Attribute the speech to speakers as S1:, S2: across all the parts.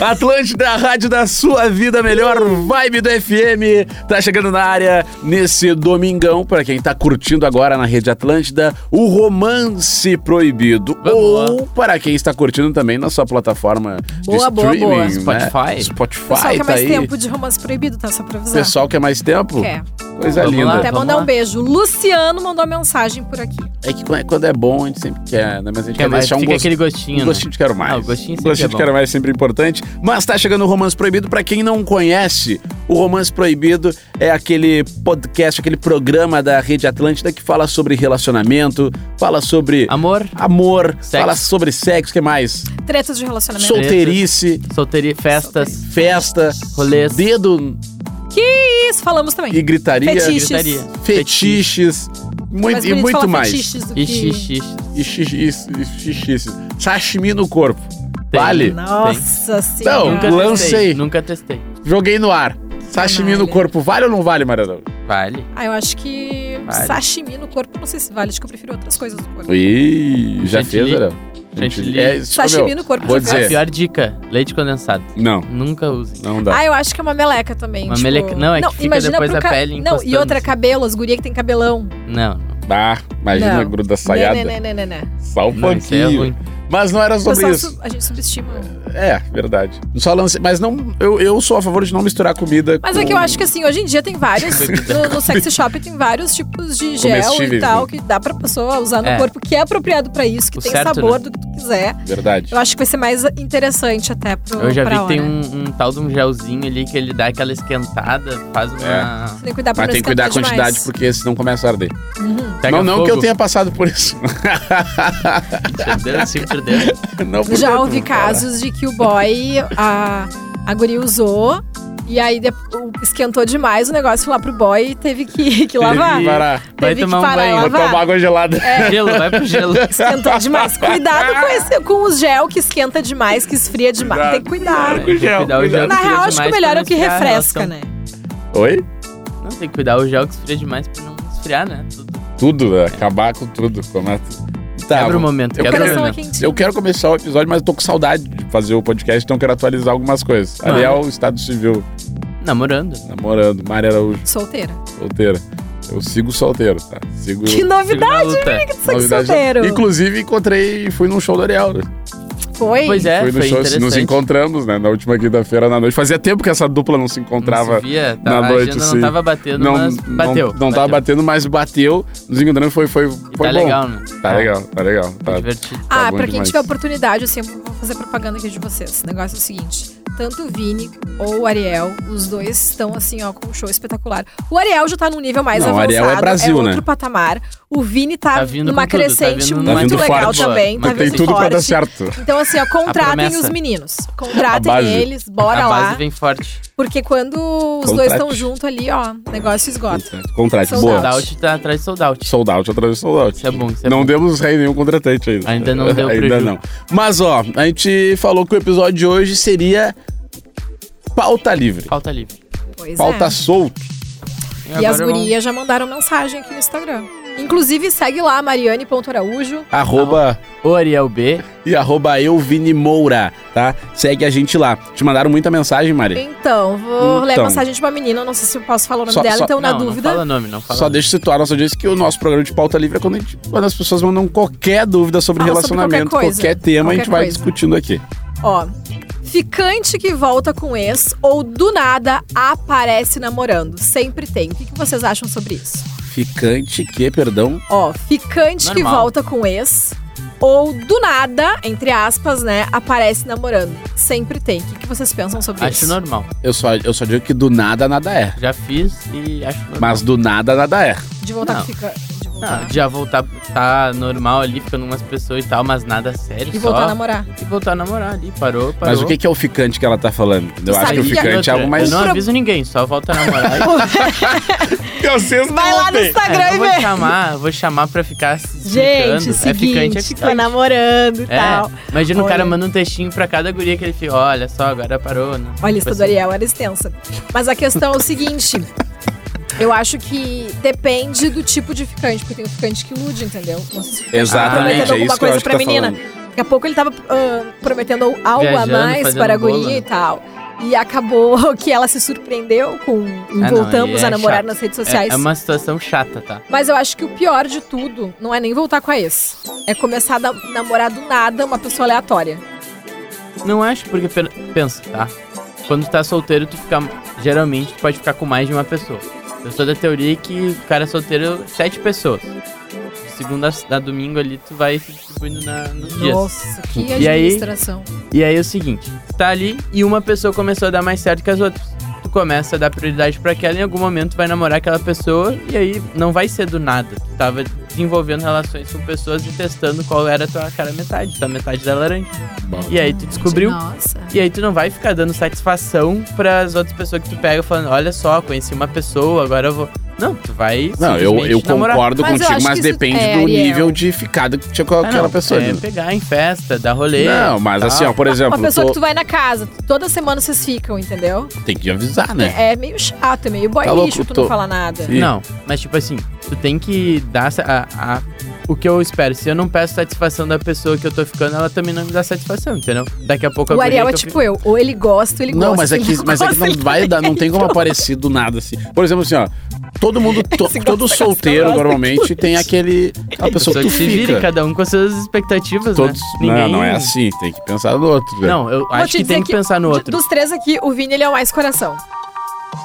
S1: Atlântida, a rádio da sua vida, melhor vibe do FM. Tá chegando na área nesse domingão, pra quem tá curtindo agora na Rede Atlântida, o Romance Proibido. Ou para quem está curtindo também na sua plataforma
S2: Boa,
S1: de
S2: boa,
S1: streaming,
S2: boa.
S1: Né?
S3: Spotify.
S1: Spotify,
S2: Pessoal quer
S1: tá
S2: mais
S1: aí.
S2: tempo de romance proibido, tá? Só pra avisar.
S1: Pessoal é, quer mais tempo?
S2: Quer. Então
S1: Coisa
S3: Vamos
S1: linda.
S3: lá.
S2: Até
S3: Vamos
S2: mandar um beijo. Luciano mandou mensagem por aqui.
S1: É que quando é- quando é bom, a gente sempre quer, né? Mas a gente
S3: Quer
S1: quer
S3: mais,
S1: deixar um
S3: fica
S1: gosto.
S3: aquele gostinho,
S1: Um gostinho
S3: né?
S1: de quero mais.
S3: Ah, o gostinho sempre
S1: gostinho
S3: é
S1: de
S3: bom.
S1: quero mais é sempre importante. Mas tá chegando o Romance Proibido. Pra quem não conhece, o Romance Proibido é aquele podcast, aquele programa da Rede Atlântida que fala sobre relacionamento, fala sobre
S3: Amor,
S1: amor,
S3: Sexo.
S1: fala sobre sexo, o que mais?
S2: Tretas de relacionamento.
S1: Solteirice,
S3: solteria, festas,
S1: festa,
S3: Rolês.
S1: dedo
S2: Que isso, falamos também.
S1: e gritaria,
S2: Fetiche.
S3: gritaria.
S1: fetiches, muito, e
S2: bonito
S1: muito
S2: falar
S1: mais.
S2: fetiches do
S3: E
S2: que-
S3: xixi.
S1: E xixi, e xixi, sashimi no corpo.
S3: Tem.
S1: Vale?
S2: Nossa
S1: Não,
S2: senhora.
S3: Nunca
S1: Lancei.
S3: testei. Nunca testei.
S1: Joguei no ar. Sashimi no
S2: Canalha.
S1: corpo, vale ou não vale, Maradão?
S3: Vale.
S2: Ah, eu acho que
S3: Vale.
S2: sashimi no corpo, não sei se vale, acho que eu prefiro outras coisas do corpo.
S1: Ih, já
S3: Chantilly.
S1: fez, Arão?
S3: Chantilly.
S1: É, isso,
S2: Sashimi
S1: meu,
S2: no corpo
S1: Vou
S2: já fez?
S1: dizer.
S3: A pior dica, leite condensado.
S1: Não,
S3: Nunca use.
S1: não dá.
S2: Ah, eu acho que é uma meleca também.
S3: Uma
S2: tipo-
S3: meleca- não, é que fica
S2: imagina
S3: depois
S2: pro
S3: a pele
S2: Não, e
S3: encostando,
S2: outra,
S3: assim.
S2: cabelo, as gurias que tem cabelão.
S3: Não.
S1: Ah, imagina
S2: Não.
S1: a gruda saiada.
S2: Né, né, né, né, né.
S1: Só um
S3: não isso é
S1: pouquinho.
S3: ruim.
S1: Mas não era
S2: O
S1: sobre
S2: pessoal
S1: isso.
S2: su- a gente subestima.
S1: É, verdade. Só lancei. Mas não. Eu, eu sou a favor de não misturar comida.
S2: Mas é que eu acho que assim, hoje em dia tem vários. No, no sexy shop tem vários tipos de gel e
S1: Comestíveis,
S2: tal,
S1: né?
S2: que dá pra pessoa usar no
S3: É.
S2: corpo, que é apropriado pra isso, que
S3: O
S2: tem
S3: certo,
S2: sabor
S3: né?
S2: do que tu quiser.
S1: Verdade.
S2: Eu acho que vai ser mais interessante até pro.
S3: Eu já vi
S2: pra
S3: que tem
S2: hora.
S3: um, um tal de um gelzinho ali que ele dá aquela esquentada, faz uma.
S2: Você tem que cuidar pra
S1: Mas
S2: não
S1: tem que cuidar a
S2: esquentar
S1: quantidade,
S2: demais. Uhum.
S1: porque senão começa a arder.
S3: Pega
S1: não, não
S3: fogo.
S1: que eu tenha passado por isso.
S3: Cerdeira, sim, cerdeira.
S1: não por
S2: Já
S1: dentro,
S2: houve
S1: cara.
S2: casos de que o boy, a, a guria usou, e aí de- o- esquentou demais o negócio foi lá pro boy e teve que, que
S1: Teve que
S2: lavar.
S1: parar.
S3: Vai
S2: Teve que
S3: tomar um
S2: parar,
S3: banho.
S2: lavar.
S1: Botar uma água gelada.
S3: É. Gelo, vai pro gelo.
S2: Esquentou É, demais. Cuidado com, esse, com o gel que esquenta demais, que esfria demais.
S1: Cuidado.
S2: Tem que cuidar.
S3: Tem que
S1: gel,
S3: cuidar o
S1: cuidado.
S3: gel
S2: Na
S3: esfria
S2: real, acho que o
S3: demais
S2: melhor
S3: pra
S2: é o que
S3: não esfriar a
S2: refresca,
S3: relação.
S2: né?
S1: Oi?
S3: Não, tem que cuidar o gel que esfria demais pra não esfriar, né? Tudo.
S1: Tudo, né? acabar com tudo. Começa. Tá,
S3: Quebra o
S1: vamos-
S3: momento,
S1: eu
S3: quebra o
S1: quero-
S2: Coração é
S3: momento.
S2: quentinho.
S1: né? Eu quero começar o episódio, mas eu tô com saudade de fazer o podcast, então eu quero atualizar algumas coisas.
S3: Mano.
S1: Ariel, Estado Civil,
S3: Namorando.
S1: namorando. Maria Araújo,
S2: Solteira.
S1: solteira. Eu sigo solteiro, tá? Sigo.
S2: Que novidade
S3: Segunda luta.
S2: que isso aqui
S1: novidade.
S2: solteiro.
S1: Inclusive, encontrei, fui num show do Ariel. né?
S2: Foi?
S3: Pois é,
S1: fui no
S3: foi
S1: show,
S3: interessante.
S1: nos encontramos, né? Na última quinta-feira na noite. Fazia tempo que essa dupla não se encontrava.
S3: Não se via, tá,
S1: na
S3: a
S1: noite,
S3: agenda
S1: assim.
S3: não tava batendo, mas bateu.
S1: Não, não tava batendo, mas bateu. Nos encontramos foi, foi, foi
S3: E
S1: bom.
S3: tá legal, né?
S1: Tá legal, tá legal.
S3: Tá
S1: tá-
S3: divertido.
S1: Tá
S2: Ah,
S1: bom
S2: pra quem
S1: demais.
S2: tiver oportunidade, assim, eu vou fazer propaganda aqui de vocês. O negócio é o seguinte: tanto o Vini ou o Ariel, os dois estão assim, ó, com um show espetacular. O Ariel já tá num nível mais
S1: Não, o
S2: avançado.
S1: Ariel é Brasil,
S2: outro
S1: né?
S2: patamar. O Vini tá,
S3: Tá vindo
S2: numa
S3: com tudo, tá
S2: crescente
S3: vindo
S2: muito
S3: numa-
S1: Tá vindo
S2: legal
S1: forte.
S2: também.
S3: Mas
S2: tá
S1: Tem
S2: vindo
S1: tudo
S2: forte.
S1: pra dar certo.
S2: Então, assim, ó, contratem
S3: promessa.
S2: os meninos.
S1: A
S2: Contratem
S1: base.
S2: eles,
S3: a base
S2: bora lá.
S3: vem forte.
S2: Porque quando os
S1: Contrate.
S2: dois estão junto ali, ó, o negócio esgota.
S1: Contrate,
S2: Sold
S1: boa.
S3: Sold out tá atrás de sold out.
S1: Sold out atrás de sold out.
S3: Isso é bom, isso é
S1: não
S3: bom.
S1: demos rei nenhum contratante ainda.
S3: Ainda não deu
S1: Ainda
S3: preju.
S1: não. Mas, ó, a gente falou que o episódio de hoje seria pauta livre.
S3: Falta livre.
S2: Pois
S1: Pauta
S2: é.
S1: solta.
S2: E as
S3: agora
S2: gurias já mandaram mensagem aqui no Instagram. Inclusive, segue lá, mariane.araújo.
S1: Arroba
S3: vamos- O Ariel B.
S1: e arroba eu, Vini Moura, tá? Segue a gente lá. Te mandaram muita mensagem, Mari.
S2: Então, vou
S1: Então.
S2: ler a mensagem de uma menina, não sei se eu posso falar o nome
S1: Só-
S2: dela,
S1: só-
S2: então na
S3: não,
S2: dúvida.
S3: Não fala nome, não fala
S1: Só
S3: nome.
S1: deixa eu situar nossa audiência que o nosso programa de pauta livre é quando, a gente- quando as pessoas mandam qualquer dúvida sobre
S2: Fala sobre
S1: relacionamento,
S2: qualquer
S1: qualquer,
S2: coisa.
S1: tema, a gente
S2: Qualquer
S1: vai
S2: coisa.
S1: discutindo aqui.
S2: Ó. Ficante que volta com ex ou do nada aparece namorando. Sempre tem. O que, que vocês acham sobre isso?
S1: Ficante que, perdão.
S2: Ó, ficante que
S3: Normal.
S2: volta com ex ou do nada, entre aspas, né, aparece namorando. Sempre tem. O que, que vocês pensam sobre
S3: Acho
S2: isso?
S3: normal.
S1: Eu só, eu só digo que do nada nada é.
S3: Já fiz e acho normal.
S1: Mas do nada nada é.
S2: De voltar
S3: Não.
S2: com ficante.
S3: Ah, já voltar tá normal ali, ficando umas pessoas e tal, mas nada sério.
S2: E
S3: só.
S2: voltar a namorar.
S3: E voltar a namorar ali, parou, parou.
S1: Mas o que que é o ficante que ela tá falando? Eu acho que
S2: sabe
S1: o
S2: que
S1: ficante é
S3: Outra,
S1: algo mais.
S3: Eu não aviso ninguém, só volta a namorar. e-
S1: Eu sei se
S2: Vai lá no
S1: tem.
S2: Instagram
S3: É, eu
S2: e
S3: vou
S2: vê.
S3: chamar, vou chamar pra ficar se explicando.
S4: Gente,
S3: é ficante, é
S2: tipo,
S4: seguinte, tô
S3: ficante.
S4: namorando e
S3: É,
S4: tal.
S3: imagina o
S4: Olha.
S3: cara manda um textinho pra cada guria que ele fica, olha só, agora parou, né?
S2: A lista do
S3: Tipo assim,
S2: Ariel era extensa. Mas a questão é o seguinte. Eu acho que depende do tipo de ficante, porque tem um ficante que ilude, entendeu? Não sei se o ficante tá
S1: Exatamente,
S2: prometendo
S1: é isso
S2: alguma
S1: que eu
S2: coisa
S1: acho que
S2: pra
S1: tá
S2: menina.
S1: falando.
S2: Daqui a pouco ele tava ah, prometendo algo
S3: Viajando,
S2: a mais
S3: fazendo
S2: para a
S3: bolo,
S2: guria
S3: né?
S2: e tal. E acabou que ela se surpreendeu com um
S3: não,
S2: voltamos
S3: aí é
S2: a namorar
S3: chato.
S2: nas redes
S3: É,
S2: sociais.
S3: é uma situação chata, tá?
S2: Mas eu acho que o pior de tudo não é nem voltar com a ex. É começar a da- namorar do nada uma pessoa aleatória.
S3: Não acho, porque pe- pensa, tá? Quando tu tá solteiro, tu fica. Geralmente tu pode ficar com mais de uma pessoa. Eu sou da teoria que o cara solteiro, sete pessoas. De segunda a- a domingo ali, tu vai se distribuindo na, nos dias.
S2: Nossa, que
S3: E aí-
S2: administração.
S3: E aí é o seguinte, tu tá ali e uma pessoa começou a dar mais certo que as outras. Tu começa a dar prioridade pra aquela e em algum momento tu vai namorar aquela pessoa e aí não vai ser do nada. Tu tava desenvolvendo relações com pessoas e testando qual era a tua cara metade, tua metade da laranja. E aí tu descobriu
S2: Nossa.
S3: e aí tu não vai ficar dando satisfação pras outras pessoas que tu pega falando, olha só, conheci uma pessoa, agora eu vou. Não, tu vai
S1: Não, eu, eu
S3: simplesmente namorar.
S1: concordo
S2: Mas eu
S1: contigo,
S2: acho
S1: mas
S2: que isso-
S1: depende
S2: é,
S1: do
S2: Ariel.
S1: nível de ficada que tinha com
S3: Ah, não,
S1: aquela pessoa.
S3: É
S1: né?
S3: pegar em festa, dar rolê.
S1: Não, mas
S3: tal.
S1: assim, ó, por exemplo,
S2: Ah, Uma pessoa
S1: tô-
S2: que tu vai na casa, toda semana vocês ficam, entendeu?
S1: tem que
S3: Ah,
S1: avisar, né?
S2: É, meio chato, é meio boy
S1: Tá louco,
S2: lixo tu
S1: tô-
S2: não fala nada.
S1: E-
S3: Não, mas tipo assim, tu tem que dar sa- a, a- o que eu espero. Se eu não peço satisfação da pessoa que eu tô ficando, ela também não me dá satisfação, entendeu? Daqui a pouco a
S2: O
S3: guria
S2: Ariel
S3: que
S2: é
S3: eu
S2: tipo eu, ou ele gosta, ou ele
S1: Não,
S2: gosta.
S1: mas é
S2: ele
S1: que, mas é que
S2: gosta,
S1: não
S2: ele-
S1: vai dar, não tem como aparecer do nada assim. Por exemplo, assim, ó. Todo mundo, to-
S2: Esse
S1: todo
S2: gosta,
S1: solteiro
S2: gosta,
S1: normalmente tem aquele. A
S3: fico-
S1: pessoa que tu
S3: que se vire,
S1: fica.
S3: cada um com as suas expectativas,
S1: Todos,
S3: né?
S1: não, não é assim, tem que pensar no outro. né? velho.
S3: Não, eu
S2: Vou
S3: acho
S2: te
S3: que
S2: dizer
S3: tem que, pensar no
S2: de-
S3: outro.
S2: Dos três aqui, o Vini ele é o mais coração.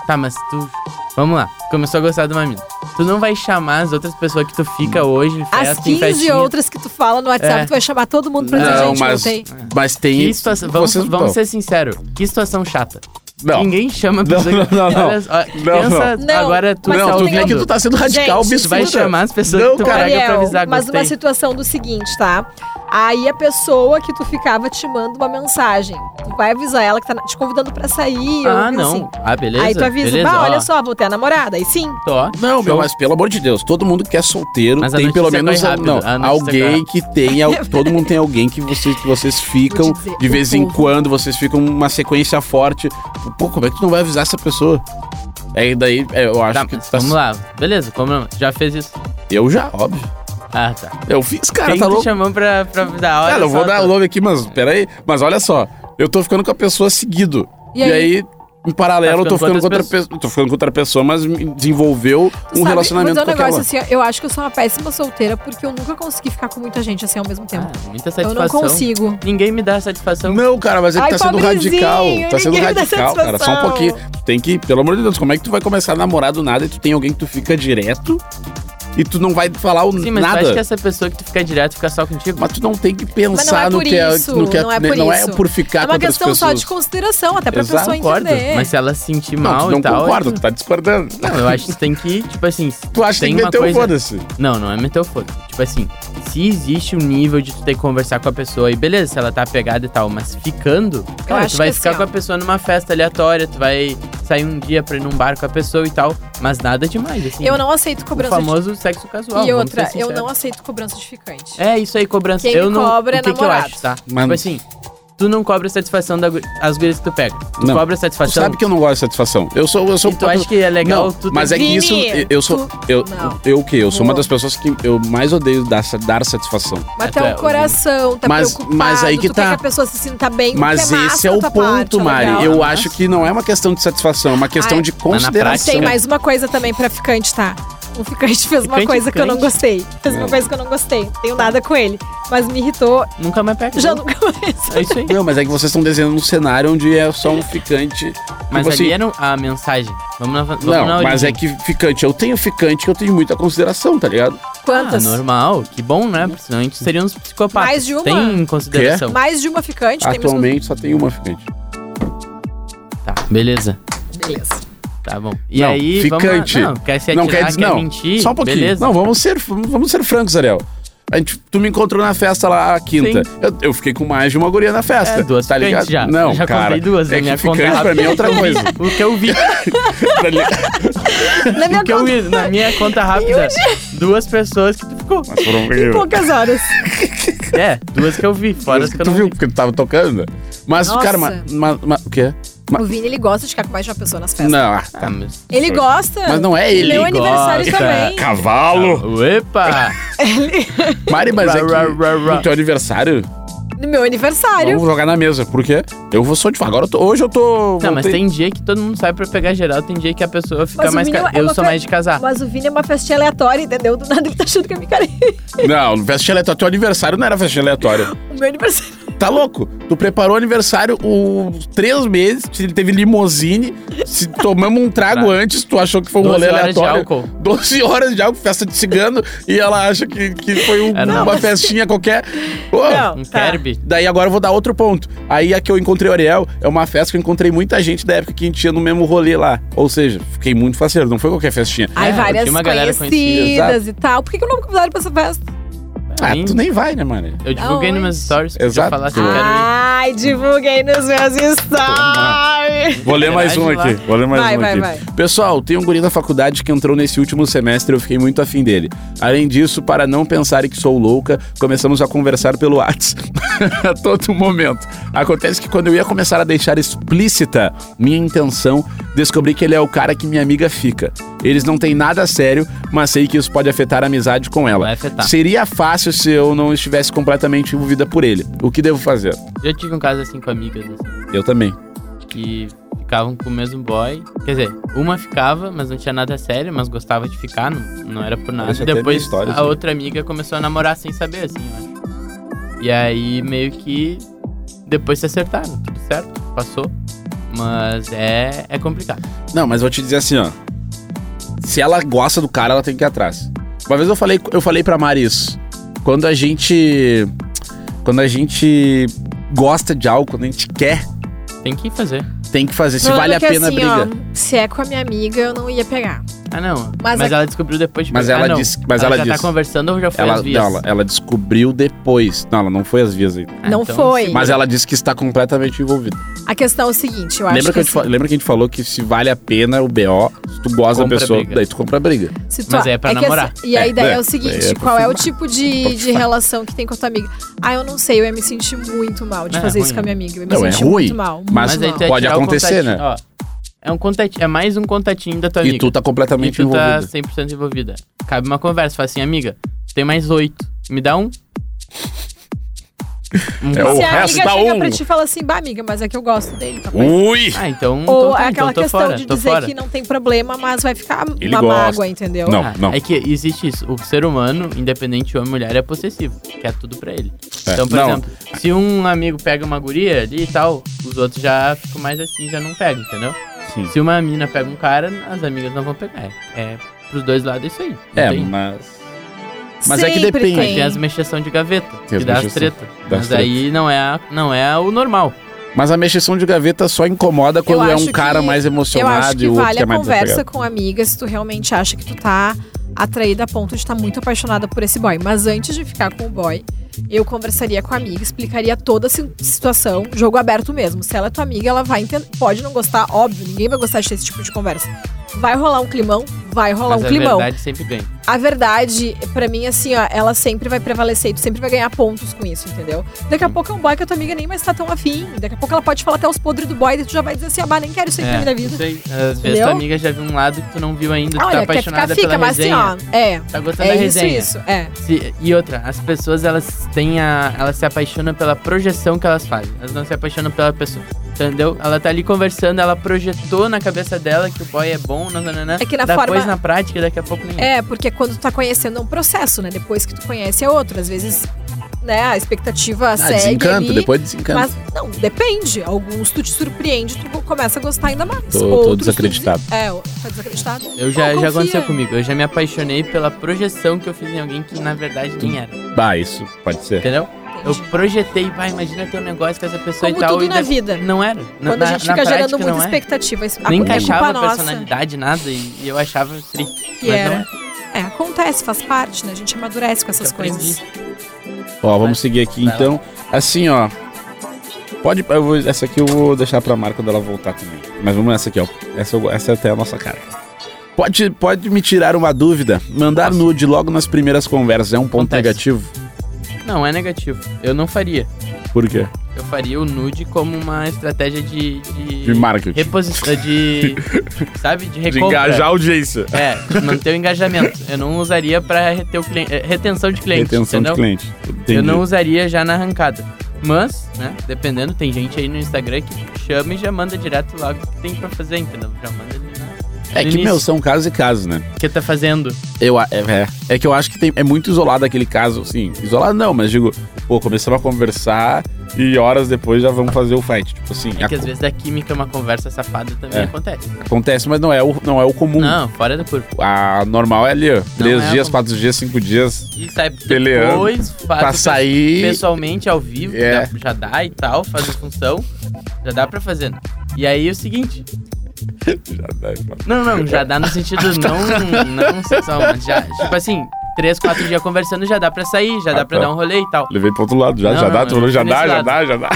S3: Tá, mas tu. Vamos lá. Começou a gostar de uma mina. Tu não vai chamar as outras pessoas que tu
S1: Hum.
S3: fica hoje em festa,
S2: As
S3: em
S2: 15
S3: É assim, festinha.
S2: outras que tu fala no WhatsApp,
S3: É.
S2: tu vai chamar todo mundo pra dizer,
S1: não
S2: gente,
S1: mas,
S2: voltei.
S1: mas tem.
S3: Que situação, tá- vamos,
S1: vocês-
S3: vamos
S1: não,
S3: ser sinceros. Que situação chata.
S1: Não.
S3: Ninguém chama a pessoa
S1: não,
S3: que-
S1: não, não.
S3: Olha só,
S1: Não,
S3: pensa,
S2: não.
S3: agora tu
S2: Mas
S3: tá
S1: não, tu
S2: tem
S1: vê
S3: ouvindo.
S1: que tu tá sendo radical,
S2: Gente,
S1: absurdo.
S3: Tu vai chamar as pessoas
S1: Não,
S3: que tu
S1: cara.
S3: pega pra avisar,
S2: mas
S3: gostei.
S2: uma situação do seguinte, tá? Aí a pessoa que tu ficava te manda uma mensagem. Tu vai avisar ela que tá te convidando pra sair.
S3: Ah,
S2: ou
S3: não.
S2: Assim.
S3: Ah, beleza.
S2: Aí tu avisa,
S3: beleza,
S2: bah,
S3: ó,
S2: olha só, vou ter a namorada. Aí sim.
S3: Tô.
S1: Não, meu,
S3: Show.
S1: mas pelo amor de Deus, todo mundo que é solteiro
S3: Mas a
S1: tem pelo
S3: notícia
S1: menos
S3: corre rápido,
S1: não,
S3: a notícia tá-
S1: alguém
S3: corre.
S1: que tenha. Todo mundo tem alguém que vocês, que vocês ficam
S2: Vou te É dizer,
S1: de
S2: o
S1: vez em
S2: povo.
S1: quando, vocês ficam uma sequência forte. Pô, como é que tu não vai avisar essa pessoa? Aí daí é, eu acho
S3: Tá,
S1: que tu tá.
S3: vamos lá. Beleza, como já fez isso.
S1: Eu já, óbvio.
S3: Ah, tá.
S1: Eu fiz, cara,
S3: Quem
S1: tá
S3: tu
S1: louco?
S3: chamou pra, pra dar tá. hora?
S1: Cara, eu vou dar o nome aqui, mas peraí. Mas olha só, eu tô ficando com a pessoa seguido.
S2: E aí?
S1: em paralelo, eu tô
S3: Tá ficando
S1: ficando
S3: com
S1: com outra
S3: outras
S1: pessoa. Tô ficando com outra pessoa, mas me desenvolveu um
S2: Sabe,
S1: relacionamento
S2: vou
S1: com
S2: dizer um
S1: aquela.
S2: negócio assim, ó, eu acho que eu sou uma péssima solteira porque eu nunca consegui ficar com muita gente assim ao mesmo tempo.
S3: Ah, muita
S2: eu não
S3: satisfação.
S2: consigo.
S3: Ninguém me dá satisfação.
S1: Não, cara, mas ele
S2: então. Ai,
S1: tá sendo
S2: pobrezinho,
S1: radical. Tá sendo
S2: ninguém me dá
S1: radical, cara. Só um
S2: satisfação.
S1: pouquinho. Tu tem que, pelo amor de Deus, como é que tu vai começar a namorar do nada e tu tem alguém que tu fica direto e tu não vai falar o
S3: Sim, mas tu
S1: nada?
S3: acha que é essa pessoa que tu fica direto fica só contigo?
S1: Mas tu não tem que
S2: Mas não
S1: pensar
S2: é
S1: no
S2: por
S1: que é.
S2: isso,
S1: no que
S2: não é por
S1: não é
S2: isso.
S1: por ficar
S2: É
S1: com
S2: uma
S1: outras
S2: questão
S1: pessoas.
S2: só de consideração, até pra
S1: Exato,
S2: pessoa
S3: concordo.
S2: entender.
S3: Mas se ela se sentir
S1: não,
S3: mal
S1: tu não
S3: e tal. é
S1: concorda,
S3: aí
S1: tu tá discordando.
S3: tu- Não, eu acho que tu tem que, tipo assim. se
S1: Tu acha que tem que
S3: uma
S1: meter o
S3: coisa-
S1: foda-se.
S3: Não, não é meter o foda. Tipo assim, se existe um nível de tu ter que conversar com a pessoa e beleza, se ela tá apegada e tal, mas ficando, cara,
S2: acho
S3: tu vai
S2: que
S3: ficar
S2: assim,
S3: com
S2: ó.
S3: a pessoa numa festa aleatória, tu vai sair um dia pra ir num bar com a pessoa e tal, mas nada demais, assim.
S2: Eu não aceito
S3: O
S2: cobrança
S3: famoso sexo casual.
S2: de... E
S3: vamos
S2: outra,
S3: ser
S2: eu
S3: sinceros.
S2: não aceito cobrança de ficante.
S3: É isso aí, cobrança.
S2: Quem
S3: eu
S2: me
S3: não.
S2: cobra
S3: o que,
S2: é
S3: que eu
S2: namorado.
S3: acho, tá?
S1: Mano.
S3: Tipo assim, tu não cobra a satisfação das as gurias que tu pega. Tu
S1: Não.
S3: cobra a
S1: Tu
S3: satisfação.
S1: sabe que eu não gosto de satisfação. Eu sou. Eu sou
S3: E tu acha que é legal
S1: Não,
S3: tu
S1: mas é
S3: ter-
S1: que isso.
S2: Vini,
S1: Eu sou.
S2: tu-
S1: Eu,
S2: Não.
S1: eu o quê? Eu sou uma
S2: Não.
S1: das pessoas que eu mais odeio dar, dar satisfação.
S2: Mas
S3: É,
S2: tu
S3: tu
S2: é
S3: é,
S2: um coração, tá
S1: Mas-
S2: preocupado.
S1: mas aí que
S2: tu
S1: tá.
S2: Quer que a pessoa se sinta bem, tu
S1: Mas
S2: quer massa
S1: esse é
S2: da
S1: o
S2: tua
S1: ponto,
S2: parte, é
S1: Mari.
S2: legal.
S1: Eu
S3: Mas-
S1: acho que não é uma questão de satisfação, é uma questão
S2: Ai,
S1: de
S3: mas na prática-
S1: consideração.
S2: Tem mais uma coisa também pra ficante, tá? O ficante fez uma
S3: Ficante,
S2: coisa que eu não
S3: ficante.
S2: gostei. Fez
S1: É.
S2: uma coisa que eu não gostei. Tenho nada com ele. Mas me irritou.
S3: Nunca mais pega.
S2: Já
S3: né?
S1: Uhum.
S2: nunca mais.
S3: É isso aí.
S1: Não, mas é que vocês estão desenhando um cenário onde é só um ficante.
S3: Mas
S1: Tipo assim,
S3: ali é era um- a mensagem. Vamos na vamos na
S1: Não, mas
S3: origem.
S1: é que ficante, eu tenho ficante que eu tenho muita consideração, tá ligado?
S2: Quantas?
S3: Ah, normal. Que bom, né? Porque senão a gente seria uns psicopatas.
S2: Mais de uma?
S3: Tem em consideração.
S2: Mais de uma ficante? Tem mesmo-
S1: Atualmente só tem uma ficante.
S3: Tá, beleza.
S2: Beleza.
S3: Tá bom. E
S1: Não,
S3: aí,
S1: ficante.
S3: vamos lá. Não, quer se atirar,
S1: não quer dizer, não.
S3: mentir,
S1: Só um pouquinho.
S3: beleza.
S1: Não, vamos ser, vamos ser francos, Ariel. A gente, tu me encontrou na festa lá, a quinta.
S3: Sim.
S1: Eu, eu fiquei com mais de uma guria na festa.
S3: É, duas
S1: tá ligado?
S3: ficantes já.
S1: Não,
S3: já
S1: cara.
S3: contei duas, né?
S1: é que
S3: Minha conta
S1: ficante pra mim é outra coisa.
S3: rápida. o que eu vi,
S1: Pra mim-
S2: Na minha
S3: o que eu vi na minha conta rápida, duas pessoas que tu ficou.
S1: Mas foram-
S2: poucas horas.
S3: É, duas que eu vi, fora as que eu
S1: tu
S3: não
S1: viu
S3: vi.
S1: porque tu tava tocando? Mas,
S2: Nossa.
S1: cara, mas, mas- mas- o quê? Mas-
S2: O Vini, ele gosta de ficar com mais de uma pessoa nas festas.
S1: não, ah,
S3: Ah,
S1: tá.
S3: mas...
S2: Ele gosta.
S1: Mas não é ele.
S2: Meu aniversário
S3: gosta.
S2: também.
S1: Cavalo!
S3: Epa!
S1: Mari, mas é que
S3: Ra, ra, ra, ra.
S1: no teu aniversário,
S2: No meu aniversário.
S1: vamos jogar na mesa. Por quê? Eu vou só de Agora eu tô- hoje eu tô.
S3: Não, mas
S1: voltei-
S3: tem dia que todo mundo sai pra pegar geral, tem dia que a pessoa fica
S2: Mas o
S3: mais.
S2: menino
S3: Ca...
S2: é
S3: eu
S2: uma
S3: sou
S2: fe-
S3: mais de casar.
S2: Mas o Vini é uma festinha aleatória, entendeu? Do nada ele tá achando que é micareta.
S1: Não, festa aleatória. Teu aniversário não era festa aleatória.
S2: O meu aniversário.
S1: Tá louco? Tu preparou o aniversário o três meses, se ele teve limousine, se tomamos um trago
S3: Tá.
S1: antes, tu achou que foi um
S3: 12
S1: rolê
S3: horas de
S1: aleatório.
S3: álcool.
S1: 12 horas de álcool, festa de cigano, e ela acha que, que foi um-
S3: É, não.
S1: uma festinha qualquer. Ô,
S2: Não.
S3: Um
S2: Tá.
S3: kerb.
S1: Daí agora eu vou dar outro ponto. Aí a que eu encontrei o Ariel é uma festa que eu encontrei muita gente da época que a gente ia no mesmo rolê lá. Ou seja, fiquei muito faceiro, não foi qualquer festinha.
S2: Aí
S3: eu
S2: várias
S3: tinha uma galera
S2: conhecidas
S3: conhecida,
S2: e tal. Por que, que eu não me convidaram pra essa festa?
S1: Ah,
S3: Sim.
S1: tu nem vai, né, mano?
S3: Eu divulguei nos meus stories pra
S1: Exato. Ah.
S3: falar se eu quero ir.
S2: Ai, divulguei nos meus stories.
S1: Vou ler mais um
S3: Verdade,
S1: aqui. Vou ler mais
S2: Vai,
S1: um
S2: vai,
S1: aqui.
S2: vai.
S1: Pessoal, tem um guri da faculdade que entrou nesse último semestre e eu fiquei muito afim dele. Além disso, para não pensarem que sou louca, começamos a conversar pelo Whats a todo momento. Acontece que quando eu ia começar a deixar explícita minha intenção, descobri que ele é o cara que minha amiga fica. Eles não têm nada sério, mas sei que isso pode afetar a amizade com ela.
S3: Vai
S2: Tá.
S3: afetar.
S1: Seria fácil se eu não estivesse completamente envolvida por ele. O que devo fazer?
S3: Já tive um caso assim com amigas, assim,
S1: Eu também.
S3: que ficavam com o mesmo boy. Quer dizer, uma ficava, mas não tinha nada sério, mas gostava de ficar, não, não era por nada.
S1: Isso até
S3: Depois
S1: tem histórias,
S3: a
S1: né?
S3: outra amiga começou a namorar sem saber, assim, eu acho. E aí meio que depois se acertaram, tudo certo, passou. Mas é, é complicado.
S1: Não, mas vou te dizer assim, ó. Se ela gosta do cara, ela tem que ir atrás. Uma vez eu falei, eu falei pra Mari isso. Quando a gente. Quando a gente gosta de algo, quando a gente quer,
S3: Tem que fazer.
S1: tem que fazer. Se
S2: Falando
S1: vale a
S2: que
S1: pena,
S2: assim,
S1: briga.
S2: ó, se é com a minha amiga, eu não ia pegar.
S3: Ah, não.
S2: Mas
S3: Mas,
S2: a-
S3: ela descobriu depois de
S1: Mas
S3: ah,
S1: ela
S3: não.
S1: disse. Mas ela,
S3: já tá
S1: disse.
S3: conversando ou já foi
S1: ela,
S3: às
S1: não,
S3: vias?
S1: ela, ela descobriu depois. Não, ela não foi às vias ainda.
S3: Ah,
S2: Não
S3: então,
S2: foi.
S3: sim.
S1: Mas ela disse que está completamente envolvida.
S2: A questão é o seguinte,
S1: Lembra que,
S2: eu
S1: a
S2: acho
S1: gente
S2: que, assim.
S1: fa- lembra que a gente falou que se vale a pena o BO, se tu gosta da
S3: Compra
S1: pessoa,
S3: briga.
S1: daí tu compra briga.
S2: assim, se tu-
S3: Mas é pra
S2: que
S3: namorar.
S2: assim- e aí
S1: É,
S2: daí é,
S1: é,
S2: o seguinte,
S1: é pra
S2: qual é o
S1: filmar.
S2: tipo de, de relação que tem com a tua amiga? Ah, eu não sei, eu ia me sentir muito mal de
S3: É,
S2: fazer
S3: é
S2: isso
S3: ruim.
S2: com a minha amiga. Eu ia me
S1: Não, é
S2: sentir
S1: ruim,
S2: muito mal.
S1: mas
S2: muito
S3: aí
S2: mal.
S3: tu ia
S1: Pode
S3: tirar o
S1: acontecer, né?
S3: contatinho, ó. é um contatinho, é mais um contatinho da tua
S1: E
S3: amiga.
S1: tu tá completamente
S3: e tu tá
S1: envolvida.
S3: 100% envolvida. Cabe uma conversa, fala assim, amiga, tem mais oito, me dá um.
S1: É
S3: Um-
S1: o-
S2: Se a amiga
S1: resto
S2: chega
S1: tá um.
S2: pra ti e fala assim, bah, amiga, mas é que eu gosto dele, tá bom?"
S1: Ui!
S3: Ah, então, então
S2: Ou
S3: tá,
S2: é aquela
S3: então tô
S2: questão
S3: fora,
S2: de
S3: tô
S2: dizer
S3: fora.
S2: que não tem problema, mas vai ficar
S1: Ele
S2: uma
S1: gosta.
S2: mágua, entendeu?
S1: Não,
S3: Ah,
S1: não.
S3: É que existe isso. O ser humano, independente homem ou mulher, é possessivo. Quer tudo pra ele.
S1: É,
S3: Então, por
S1: não.
S3: exemplo, se um amigo pega uma guria ali e tal, os outros já ficam mais assim, já não pegam, entendeu?
S1: Sim.
S3: Se uma mina pega um cara, as amigas não vão pegar. É, é pros dois lados isso aí. Não
S1: É,
S3: tem.
S1: mas. Mas é que
S2: Sempre
S1: depende.
S3: Mas tem as mexição de gaveta,
S1: Tem as
S3: que dá as
S1: mexição-
S3: treta.
S1: dá as
S3: Mas aí não é, a- não é o normal.
S1: Mas a mexição de gaveta só incomoda quando é
S2: acho
S1: um cara
S2: que-
S1: mais
S2: Eu
S1: emocionado
S2: acho
S1: e
S2: que
S1: o outro
S2: vale
S1: que é
S2: a
S1: mais
S2: conversa
S1: desapegado.
S2: com a amiga se tu realmente acha que tu tá atraída a ponto de estar muito apaixonada por esse boy. Mas antes de ficar com o boy, eu conversaria com a amiga, explicaria toda a si- situação, jogo aberto mesmo. Se ela é tua amiga, ela vai entender. Pode não gostar, óbvio, ninguém vai gostar de ter esse tipo de conversa. Vai rolar um climão, vai rolar
S3: mas é
S2: um
S3: a
S2: climão.
S3: verdade sempre ganha.
S2: A verdade, pra mim, assim, ó, ela sempre vai prevalecer e tu sempre vai ganhar pontos com isso, entendeu? Daqui a pouco é um boy que a tua amiga nem mais tá tão afim. Daqui a pouco ela pode falar até os podres do boy e tu já vai dizer assim, ah, bah, nem quero isso aqui na minha vida.
S3: isso aí. É, Às vezes
S2: Entendeu?
S3: tua amiga já viu um lado que tu não viu ainda, tu tá
S2: Olha, quer ficar,
S3: apaixonada
S2: fica,
S3: pela
S2: mas assim,
S3: resenha.
S2: ó, é.
S3: Tá gostando
S2: É
S3: da
S2: isso,
S3: resenha.
S2: isso, é.
S3: Se- e outra, as pessoas elas têm a. Elas se apaixonam pela projeção que elas fazem. Elas não se apaixonam pela pessoa. Entendeu? Ela tá ali conversando, ela projetou na cabeça dela que o boy é bom, nananana.
S2: É que na
S3: Depois
S2: forma-
S3: na prática, daqui a pouco nem.
S2: É, porque quando tu tá conhecendo é um processo, né? Depois que tu conhece é outro. Às vezes, né, a expectativa
S1: Ah,
S2: segue
S1: desencanto,
S2: ali,
S1: depois desencanto.
S2: Mas, não, depende. Alguns tu te surpreende, tu começa a gostar ainda mais.
S1: Tô- tô
S2: Outros tu-
S1: desacreditado.
S2: É, tá desacreditado?
S3: Eu já,
S2: Não,
S3: já
S2: confia.
S3: aconteceu comigo. Eu já me apaixonei pela projeção que eu fiz em alguém que na verdade nem era.
S1: Bah, isso pode ser.
S3: É, Entendeu? Eu projetei, vai, imagina ter um negócio com essa pessoa
S2: Como
S3: e tal.
S2: tudo
S3: e
S2: na
S3: daí-
S2: vida.
S3: Não era. Na-
S2: Quando
S3: na,
S2: a gente
S3: na
S2: fica gerando
S3: prática, não
S2: muitas
S3: é.
S2: expectativas. a
S3: Nem
S2: culpa é
S3: encaixava a
S2: nossa.
S3: personalidade, nada, e, e eu achava tri.
S2: Que
S3: mas não
S2: era.
S3: é.
S2: É, acontece, faz parte, né? A gente amadurece com essas
S3: Eu aprendi.
S2: coisas.
S1: Ó, vamos seguir aqui
S3: Vai lá.
S1: então. Assim, ó. Pode. eu vou- essa aqui eu vou deixar pra Marco dela voltar também. Mas vamos nessa aqui, ó. Essa, eu- essa é até a nossa cara. Pode, pode me tirar uma dúvida? Mandar nude logo nas primeiras conversas é um ponto
S3: Acontece.
S1: negativo?
S3: Não, é negativo. Eu não faria.
S1: Por quê?
S3: Eu faria o nude como uma estratégia de. De,
S1: De marketing.
S3: reposição. De. sabe? De
S1: De
S3: recompra.
S1: engajar a audiência.
S3: É, de manter o engajamento. Eu não usaria pra reter o cliente. é, Retenção de cliente.
S1: Retenção
S3: entendeu?
S1: de cliente. Entendi.
S3: Eu não usaria já na arrancada. Mas, né, dependendo, tem gente aí no Instagram que chama e já manda direto lá o que tem pra fazer, entendeu? Já manda ali na...
S1: É que,
S3: Início.
S1: meu, são casos e casos, né?
S3: O que tá fazendo?
S1: Eu, a- é, é, é que eu acho que tem- é muito isolado aquele caso, assim. Isolado não, mas digo, pô, começamos a conversar e horas depois já vamos fazer o fight. Tipo assim,
S3: É que
S1: a-
S3: às vezes da química uma conversa safada também
S1: É.
S3: acontece.
S1: acontece, mas não é o, não é o comum.
S3: Não, fora do corpo.
S1: A normal é ali, ó. Três
S3: é
S1: dias,
S3: a-
S1: quatro dias, cinco dias.
S3: E sai
S1: Peleando.
S3: depois, faz
S1: pra
S3: o
S1: sair.
S3: pessoalmente, ao vivo,
S1: É.
S3: já, já dá e tal, faz a função, já dá pra fazer. né? E aí é o seguinte,
S1: Já dá, já dá.
S3: não, não, já dá no sentido não, não sexual, mas já, tipo assim, três, quatro dias conversando já dá pra sair, já
S1: Ah,
S3: dá pra
S1: tá.
S3: dar um rolê e tal.
S1: Levei pro outro lado, já,
S3: Não,
S1: já
S3: não,
S1: dá,
S3: não,
S1: tu falou, já
S3: nesse
S1: dá, já
S3: lado.
S1: dá, já dá.